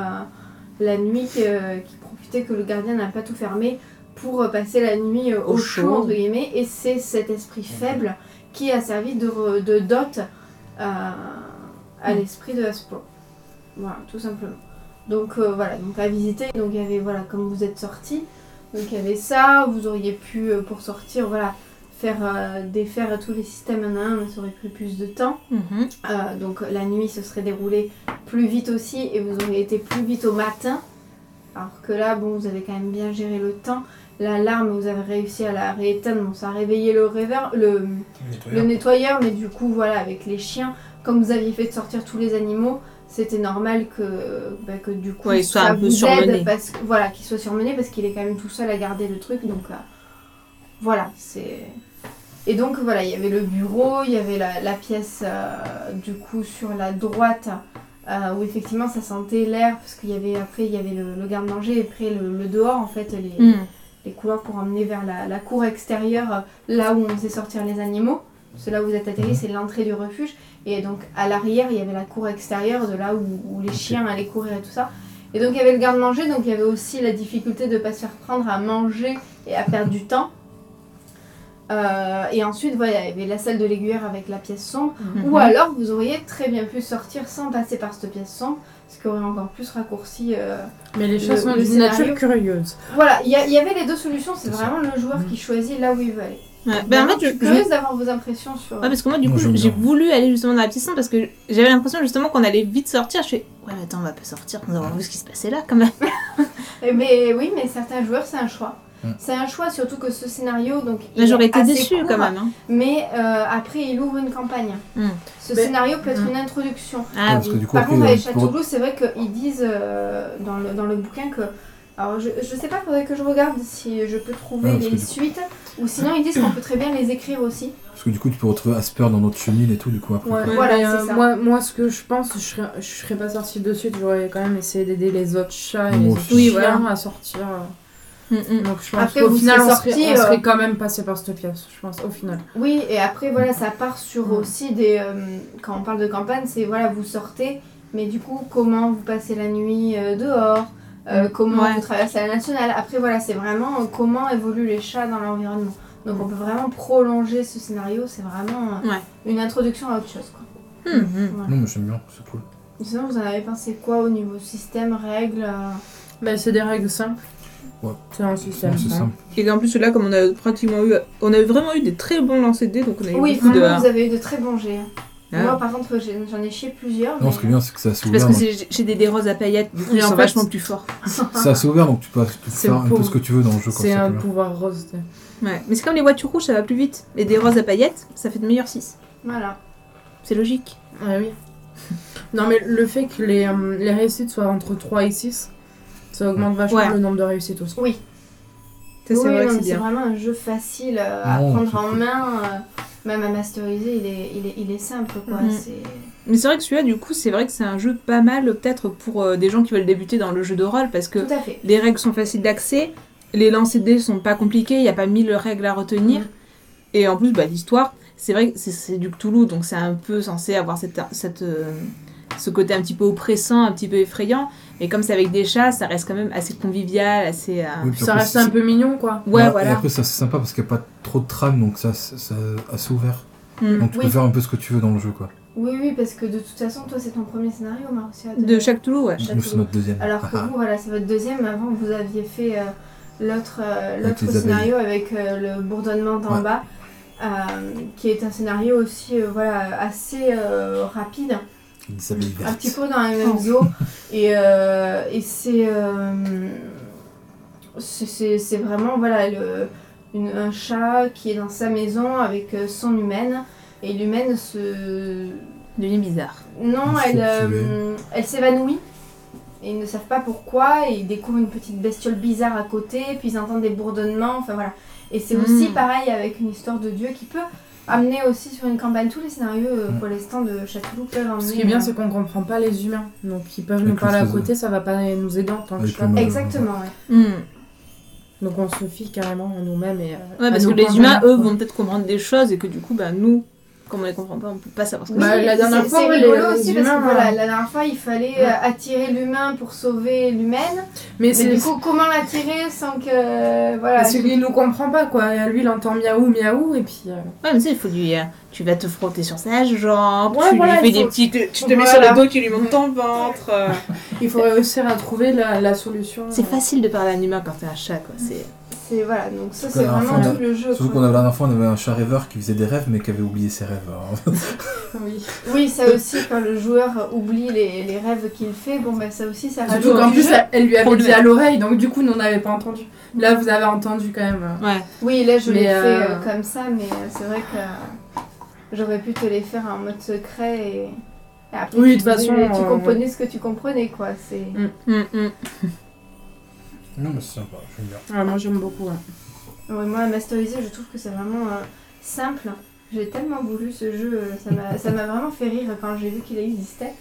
la nuit euh, qui profitait que le gardien n'a pas tout fermé pour euh, passer la nuit euh, au,
Au
chaud,
chaud.
entre guillemets et c'est cet esprit faible qui a servi de, re- de dot euh, à l'esprit de Aspro. Voilà, tout simplement. Donc euh, voilà, donc à visiter. Donc il y avait voilà, comme vous êtes sortis, donc il y avait ça. Vous auriez pu euh, pour sortir, voilà, faire euh, défaire tous les systèmes en un, mais ça aurait pris plus de temps.
Mhm.
Euh, donc la nuit se serait déroulée plus vite aussi et vous auriez été plus vite au matin. Alors que là, bon, vous avez quand même bien géré le temps. L'alarme, vous avez réussi à la rééteindre. Bon, ça a réveillé le rêveur, le,
vois.
le nettoyeur, mais du coup, voilà, avec les chiens, comme vous aviez fait de sortir tous les animaux, c'était normal que, bah, que du coup,
Ouais, il soit
ça
un peu
vous aide
surmené.
parce que, voilà, qu'il soit surmené parce qu'il est quand même tout seul à garder le truc, donc euh, voilà, c'est. Et donc voilà, il y avait le bureau, il y avait la, la pièce euh, du coup sur la droite euh, où effectivement ça sentait l'air parce qu'il y avait après il y avait le, le garde-manger et après le, le dehors en fait les,
Mm.
les couloirs pour emmener vers la, la cour extérieure, euh, là où on faisait sortir les animaux. C'est là où vous êtes atterri, c'est l'entrée du refuge. Et donc à l'arrière, il y avait la cour extérieure, de là où, où les chiens allaient courir et tout ça. Et donc il y avait le garde-manger, donc il y avait aussi la difficulté de ne pas se faire prendre à manger et à perdre du temps. Euh, et ensuite, voilà, il y avait la salle de l'aiguilleur avec la pièce sombre. Ou alors, vous auriez très bien pu sortir sans passer par cette pièce sombre, ce qui aurait encore plus raccourci. euh,
Mais les
Le-
choses sont
le
d'une nature
scénario.
curieuse.
Voilà, il y, a- il y avait les deux solutions, c'est vraiment le joueur
Mm.
qui choisit là où il veut aller.
Ouais. Ben, moi,
Vraiment, Bah, je suis
je, je- Ah,
curieuse d'avoir vos impressions sur.
Ouais, parce que moi, du
Moi,
coup,
j'aime
j'ai
bien.
voulu aller justement dans la piscine parce que j'avais l'impression justement qu'on allait vite sortir. Je fais, ouais, mais attends, on va pas sortir sans avoir vu ce qui se passait là quand même.
Eh Mais oui, mais certains joueurs, c'est un choix.
Hmm.
C'est un choix, surtout que ce scénario, donc. il est
Là, Ben, j'aurais été
assez
déçue
court,
quand même. hein.
Mais euh, après, il ouvre une campagne.
Hmm.
Ce
Mais-
scénario peut être
Hmm.
une introduction.
Ah,
parce que du coup,
Par
après,
contre,
euh,
avec
pour-
Château c'est vrai qu'ils disent euh, dans, le, dans le bouquin que. Alors, je, je sais pas, faudrait que je regarde si je peux trouver
Ouais, parce que
les
du coup-
suites, ou sinon ils disent qu'on peut très bien les écrire aussi.
Parce que du coup, tu peux retrouver Asper dans notre chenille et tout, du coup, après.
Ouais,
quoi.
Voilà,
mais, euh,
c'est ça.
moi, moi, ce que je pense, je serais, je serais pas sortie de suite. J'aurais quand même essayé d'aider les autres chats et
Moi aussi.
les autres
Oui,
chiens
voilà.
à sortir. euh.
mm, mm.
Donc je pense
Après,
qu'au
vous
final,
serez
on serait,
sortis,
on
euh,
serait quand même passé par cette pièce. Je pense, au final.
Oui, et après, voilà, ça part sur aussi des. euh, quand on parle de campagne, c'est voilà, vous sortez, mais du coup, comment vous passez la nuit euh, dehors, euh, comment
Mm. Ouais.
vous traversez la nationale. Après, voilà, c'est vraiment euh, comment évoluent les chats dans l'environnement. Donc, on peut vraiment prolonger ce scénario, c'est vraiment euh,
Ouais.
une introduction à autre chose. Quoi.
Mm, mm.
Non, mais j'aime bien, c'est cool.
Et Sinon, vous en avez pensé quoi au niveau système, règles euh,
Mais c'est des règles simples.
Ouais.
C'est un système. hein.
Non, c'est
simple.
simple.
Et en plus, là, comme on a pratiquement eu. On a vraiment eu des très bons lancers de dés, donc on a eu
Oui,
beaucoup de.
vraiment, vous avez eu de très bons jets.
Ah.
Moi, par contre, j'ai- j'en ai chié plusieurs.
Non,
mais-
ce qui est bien, c'est que ça s'est
C'est parce
ouvert.
que
donc-
c'est- j'ai des, des roses à paillettes, du coup,
Et
ils
en
sont
fait-
vachement plus forts.
Ça s'est ouvert, donc tu peux, tu peux
C'est
faire un peu
pauvre.
ce que tu veux dans le jeu. quoi,
C'est un
cool.
pouvoir rose.
Ouais. Mais c'est comme les voitures rouges, ça va plus vite. Et des roses à paillettes, ça fait de meilleurs 6.
Voilà.
C'est logique.
Ah oui. non, mais le fait que les, euh, les réussites soient entre 3 et 6, ça augmente vachement
Ouais.
le nombre de réussites aussi.
Ça, c'est
Oui,
vrai que
non,
c'est
mais c'est
bien.
vraiment un jeu facile euh, à
Non,
prendre
c'est
en
cool.
main, euh, même à masteriser, il est, il est, il est simple quoi.
Mm-hmm.
Mhm.
c'est-
Mais c'est vrai que celui-là, du coup, c'est vrai que c'est un jeu pas mal, peut-être pour euh, des gens qui veulent débuter dans le jeu de rôle, parce que
Tout à fait.
les règles sont faciles d'accès, les lancers de dés sont pas compliqués, il n'y a pas mille règles à retenir. Et en plus, bah, l'histoire, c'est vrai que c'est- c'est du Cthulhu, donc c'est un peu censé avoir cette, cette, euh, ce côté un petit peu oppressant, un petit peu effrayant. Mais comme c'est avec des chats, ça reste quand même assez convivial, assez. euh,
Oui, Ah, puis
Ça
après,
reste
c'est-
un peu mignon, quoi.
Ouais,
et
voilà.
après, ça c'est sympa parce qu'il n'y a pas trop de trame, donc ça, ça, ça assez ouvert.
Mm.
Donc tu peux
Oui.
faire un peu ce que tu veux dans le jeu, quoi.
Oui, oui, parce que de toute façon, toi, c'est ton premier scénario, Marcia.
De chaque Toulouse, ouais.
Chaque
Nous, c'est
jour.
notre deuxième. Ah,
Alors que vous, voilà, c'est votre deuxième. Avant, vous aviez fait euh, l'autre euh,
Avec
l'autre
les
scénario avec euh, le bourdonnement d'en
Ouais.
bas, euh, qui est un scénario aussi euh, voilà, assez euh, rapide.
Des abeilles
un
vertes.
petit peu dans la
Oh.
même eaux et, euh, et c'est euh, c'est- c'est c'est vraiment voilà le, une- un chat qui est dans sa maison avec euh, son humaine et l'humaine se
Devenu bizarre.
non
Il se
elle
fait tuer.
euh, elle s'évanouit et ils ne savent pas pourquoi et ils découvrent une petite bestiole bizarre à côté puis ils entendent des bourdonnements enfin voilà et c'est
Mm.
Hmm.
aussi pareil avec une histoire de dieu qui peut amener aussi sur une campagne tous les scénarios euh,
Mm.
pour l'instant de Châteloup peuvent amener
Ce qui est bien,
euh,
c'est qu'on comprend pas les humains. Donc ils peuvent
Ah
nous
hein. Avec
parler
le
à
trésor.
côté, ça va pas nous aider en tant que
Avec
chat.
le mot.
exactement ouais.
Mm.
Donc on se fie carrément à nous-mêmes et. euh,
Ouais,
à
parce
nos
que les
points
humains,
de
eux,
vue.
vont peut-être comprendre des choses et que du coup, bah, nous, comme on les comprend pas, on peut pas savoir ce que
Bah,
Oui,
la dernière
c'est-
fois,
c'est
ouais,
rigolo
les- les
aussi parce que
humains,
voilà,
euh,
la dernière fois, il fallait
ouais.
euh, attirer l'humain pour sauver l'humaine.
Mais
Mais
c'est
du coup, comment l'attirer sans que euh, voilà.
parce qu'il nous comprend pas, quoi. Et Lui, il entend miaou, miaou, et puis. euh,
c'est. Ouais, mais ça, il faut lui. euh, tu vas te frotter sur sa jambe,
Ouais,
tu lui
voilà, il
fais des
faut-
petites.
Tu te mets
Voilà.
sur le dos, tu lui montes ton ventre. euh.
Il faut réussir à trouver la, la solution.
C'est
euh.
facile de parler à un humain quand t'es un chat, quoi. C'est...
C'est voilà, donc ça
Parce
c'est
que la dernière
vraiment
fois, on
tout le jeu.
hein. Surtout
quoi.
qu'on avait la dernière fois, on avait un chat rêveur qui faisait des rêves, mais qui avait oublié ses rêves. hein. Alors,
Ah Oui.
Oui, ça aussi quand le joueur oublie les, les rêves qu'il fait, bon bah ça aussi ça rajoute
Surtout qu'en
du
plus,
jeu.
elle, elle lui avait
Problème.
dit à l'oreille, donc du coup, nous, on n'avait pas entendu. Là, vous avez entendu quand même. euh.
Ouais.
Oui, là je
Mais,
l'ai fait
euh,
euh, comme ça, mais euh, c'est vrai que euh, j'aurais pu te les faire en mode secret et. et après, tu
Oui, de toute
faisais-
façon,
tu
euh,
comprenais ce que tu comprenais quoi. C'est
Mm, mm.
Non, mais c'est sympa, j'aime bien.
Ouais, Ah, moi, j'aime beaucoup. ouais.
Ouais, moi, masteriser, je trouve que c'est vraiment euh, simple. J'ai tellement voulu ce jeu, euh, ça m'a- ça m'a vraiment fait rire quand j'ai vu qu'il existait.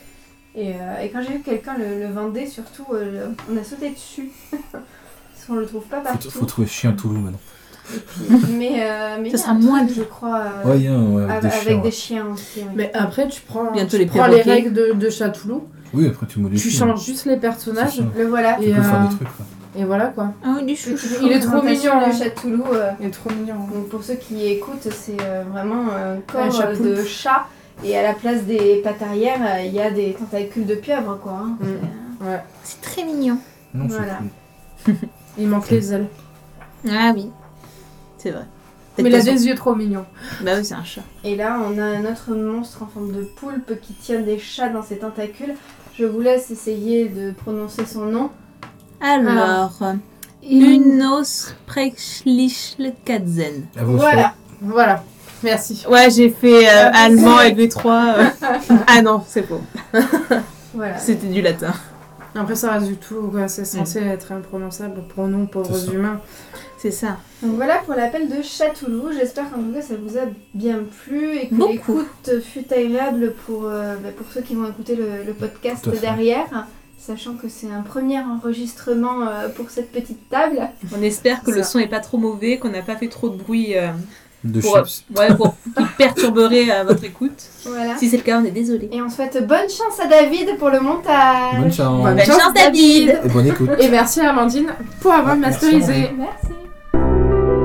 Et, euh, et quand j'ai vu que quelqu'un le, le vendait, surtout, euh, on a sauté dessus. Parce qu'on le trouve pas
Faut,
partout.
faut trouver chien Toulouse maintenant.
Mais, euh, mais
Ça
il y a
sera
un
moins
truc,
bien.
je crois, euh,
Ouais, il y a un, ouais,
av-
avec,
avec,
des chiens. ouais.
aussi. oui.
Mais après, tu prends,
Bientôt
tu
les
prends les
préroquets.
règles de, de Châteloup,
Oui, après tu modifies.
tu changes juste les personnages.
C'est ça.
Le voilà.
Tu
Et,
peux faire
euh,
des trucs. ouais.
Et voilà quoi.
Ah oui, du chou.
Il est trop
Représentation
mignon,
de
hein.
Châteloup. euh,
Il est trop mignon. hein.
donc pour ceux qui écoutent, c'est euh, vraiment un corps
chat
euh, de chat. Et à la place des pattes arrière, euh, il y a des tentacules de pieuvre, quoi. hein.
Mm.
C'est très mignon.
Non, c'est
Voilà.
cool.
Il manque les ailes.
Ah oui. C'est vrai.
Mais il a des yeux trop mignons.
Bah oui, c'est un chat.
Et là, on a un autre monstre en forme de poulpe qui tient des chats dans ses tentacules. Je vous laisse essayer de prononcer son nom.
Alors,
Ah. euh,
Une-
Unos Prechlichkatzen.
À vos souhaits.
Voilà.
Voilà. Merci.
Ouais, j'ai fait euh,
Ah,
allemand
c'est-
et V3. euh. ah non, c'est faux.
Voilà.
C'était du latin.
Après, ça reste du tout. quoi. C'est censé être imprononçable pour nous,
C'est
pauvres
ça.
humains.
C'est ça.
Donc voilà pour l'appel de Châteauloup. J'espère qu'en tout cas ça vous a bien plu et que
Beaucoup.
l'écoute fut agréable pour, euh, bah, pour ceux qui vont écouter le, le podcast
Tout à fait.
derrière. Sachant que c'est un premier enregistrement euh, pour cette petite table.
On espère que le
Ça.
son est pas trop mauvais, qu'on n'a pas fait trop de bruit euh,
De
pour,
chips.
ouais, pour qui perturberait euh, votre écoute.
Voilà.
Si c'est le cas, on est désolé.
Et on souhaite bonne chance à David pour le montage.
Bonne chance.
Bonne
Belle chance, David
Et bonne écoute.
Et merci à Amandine pour avoir
Ouais, merci,
masterisé.
Amandine.
Merci.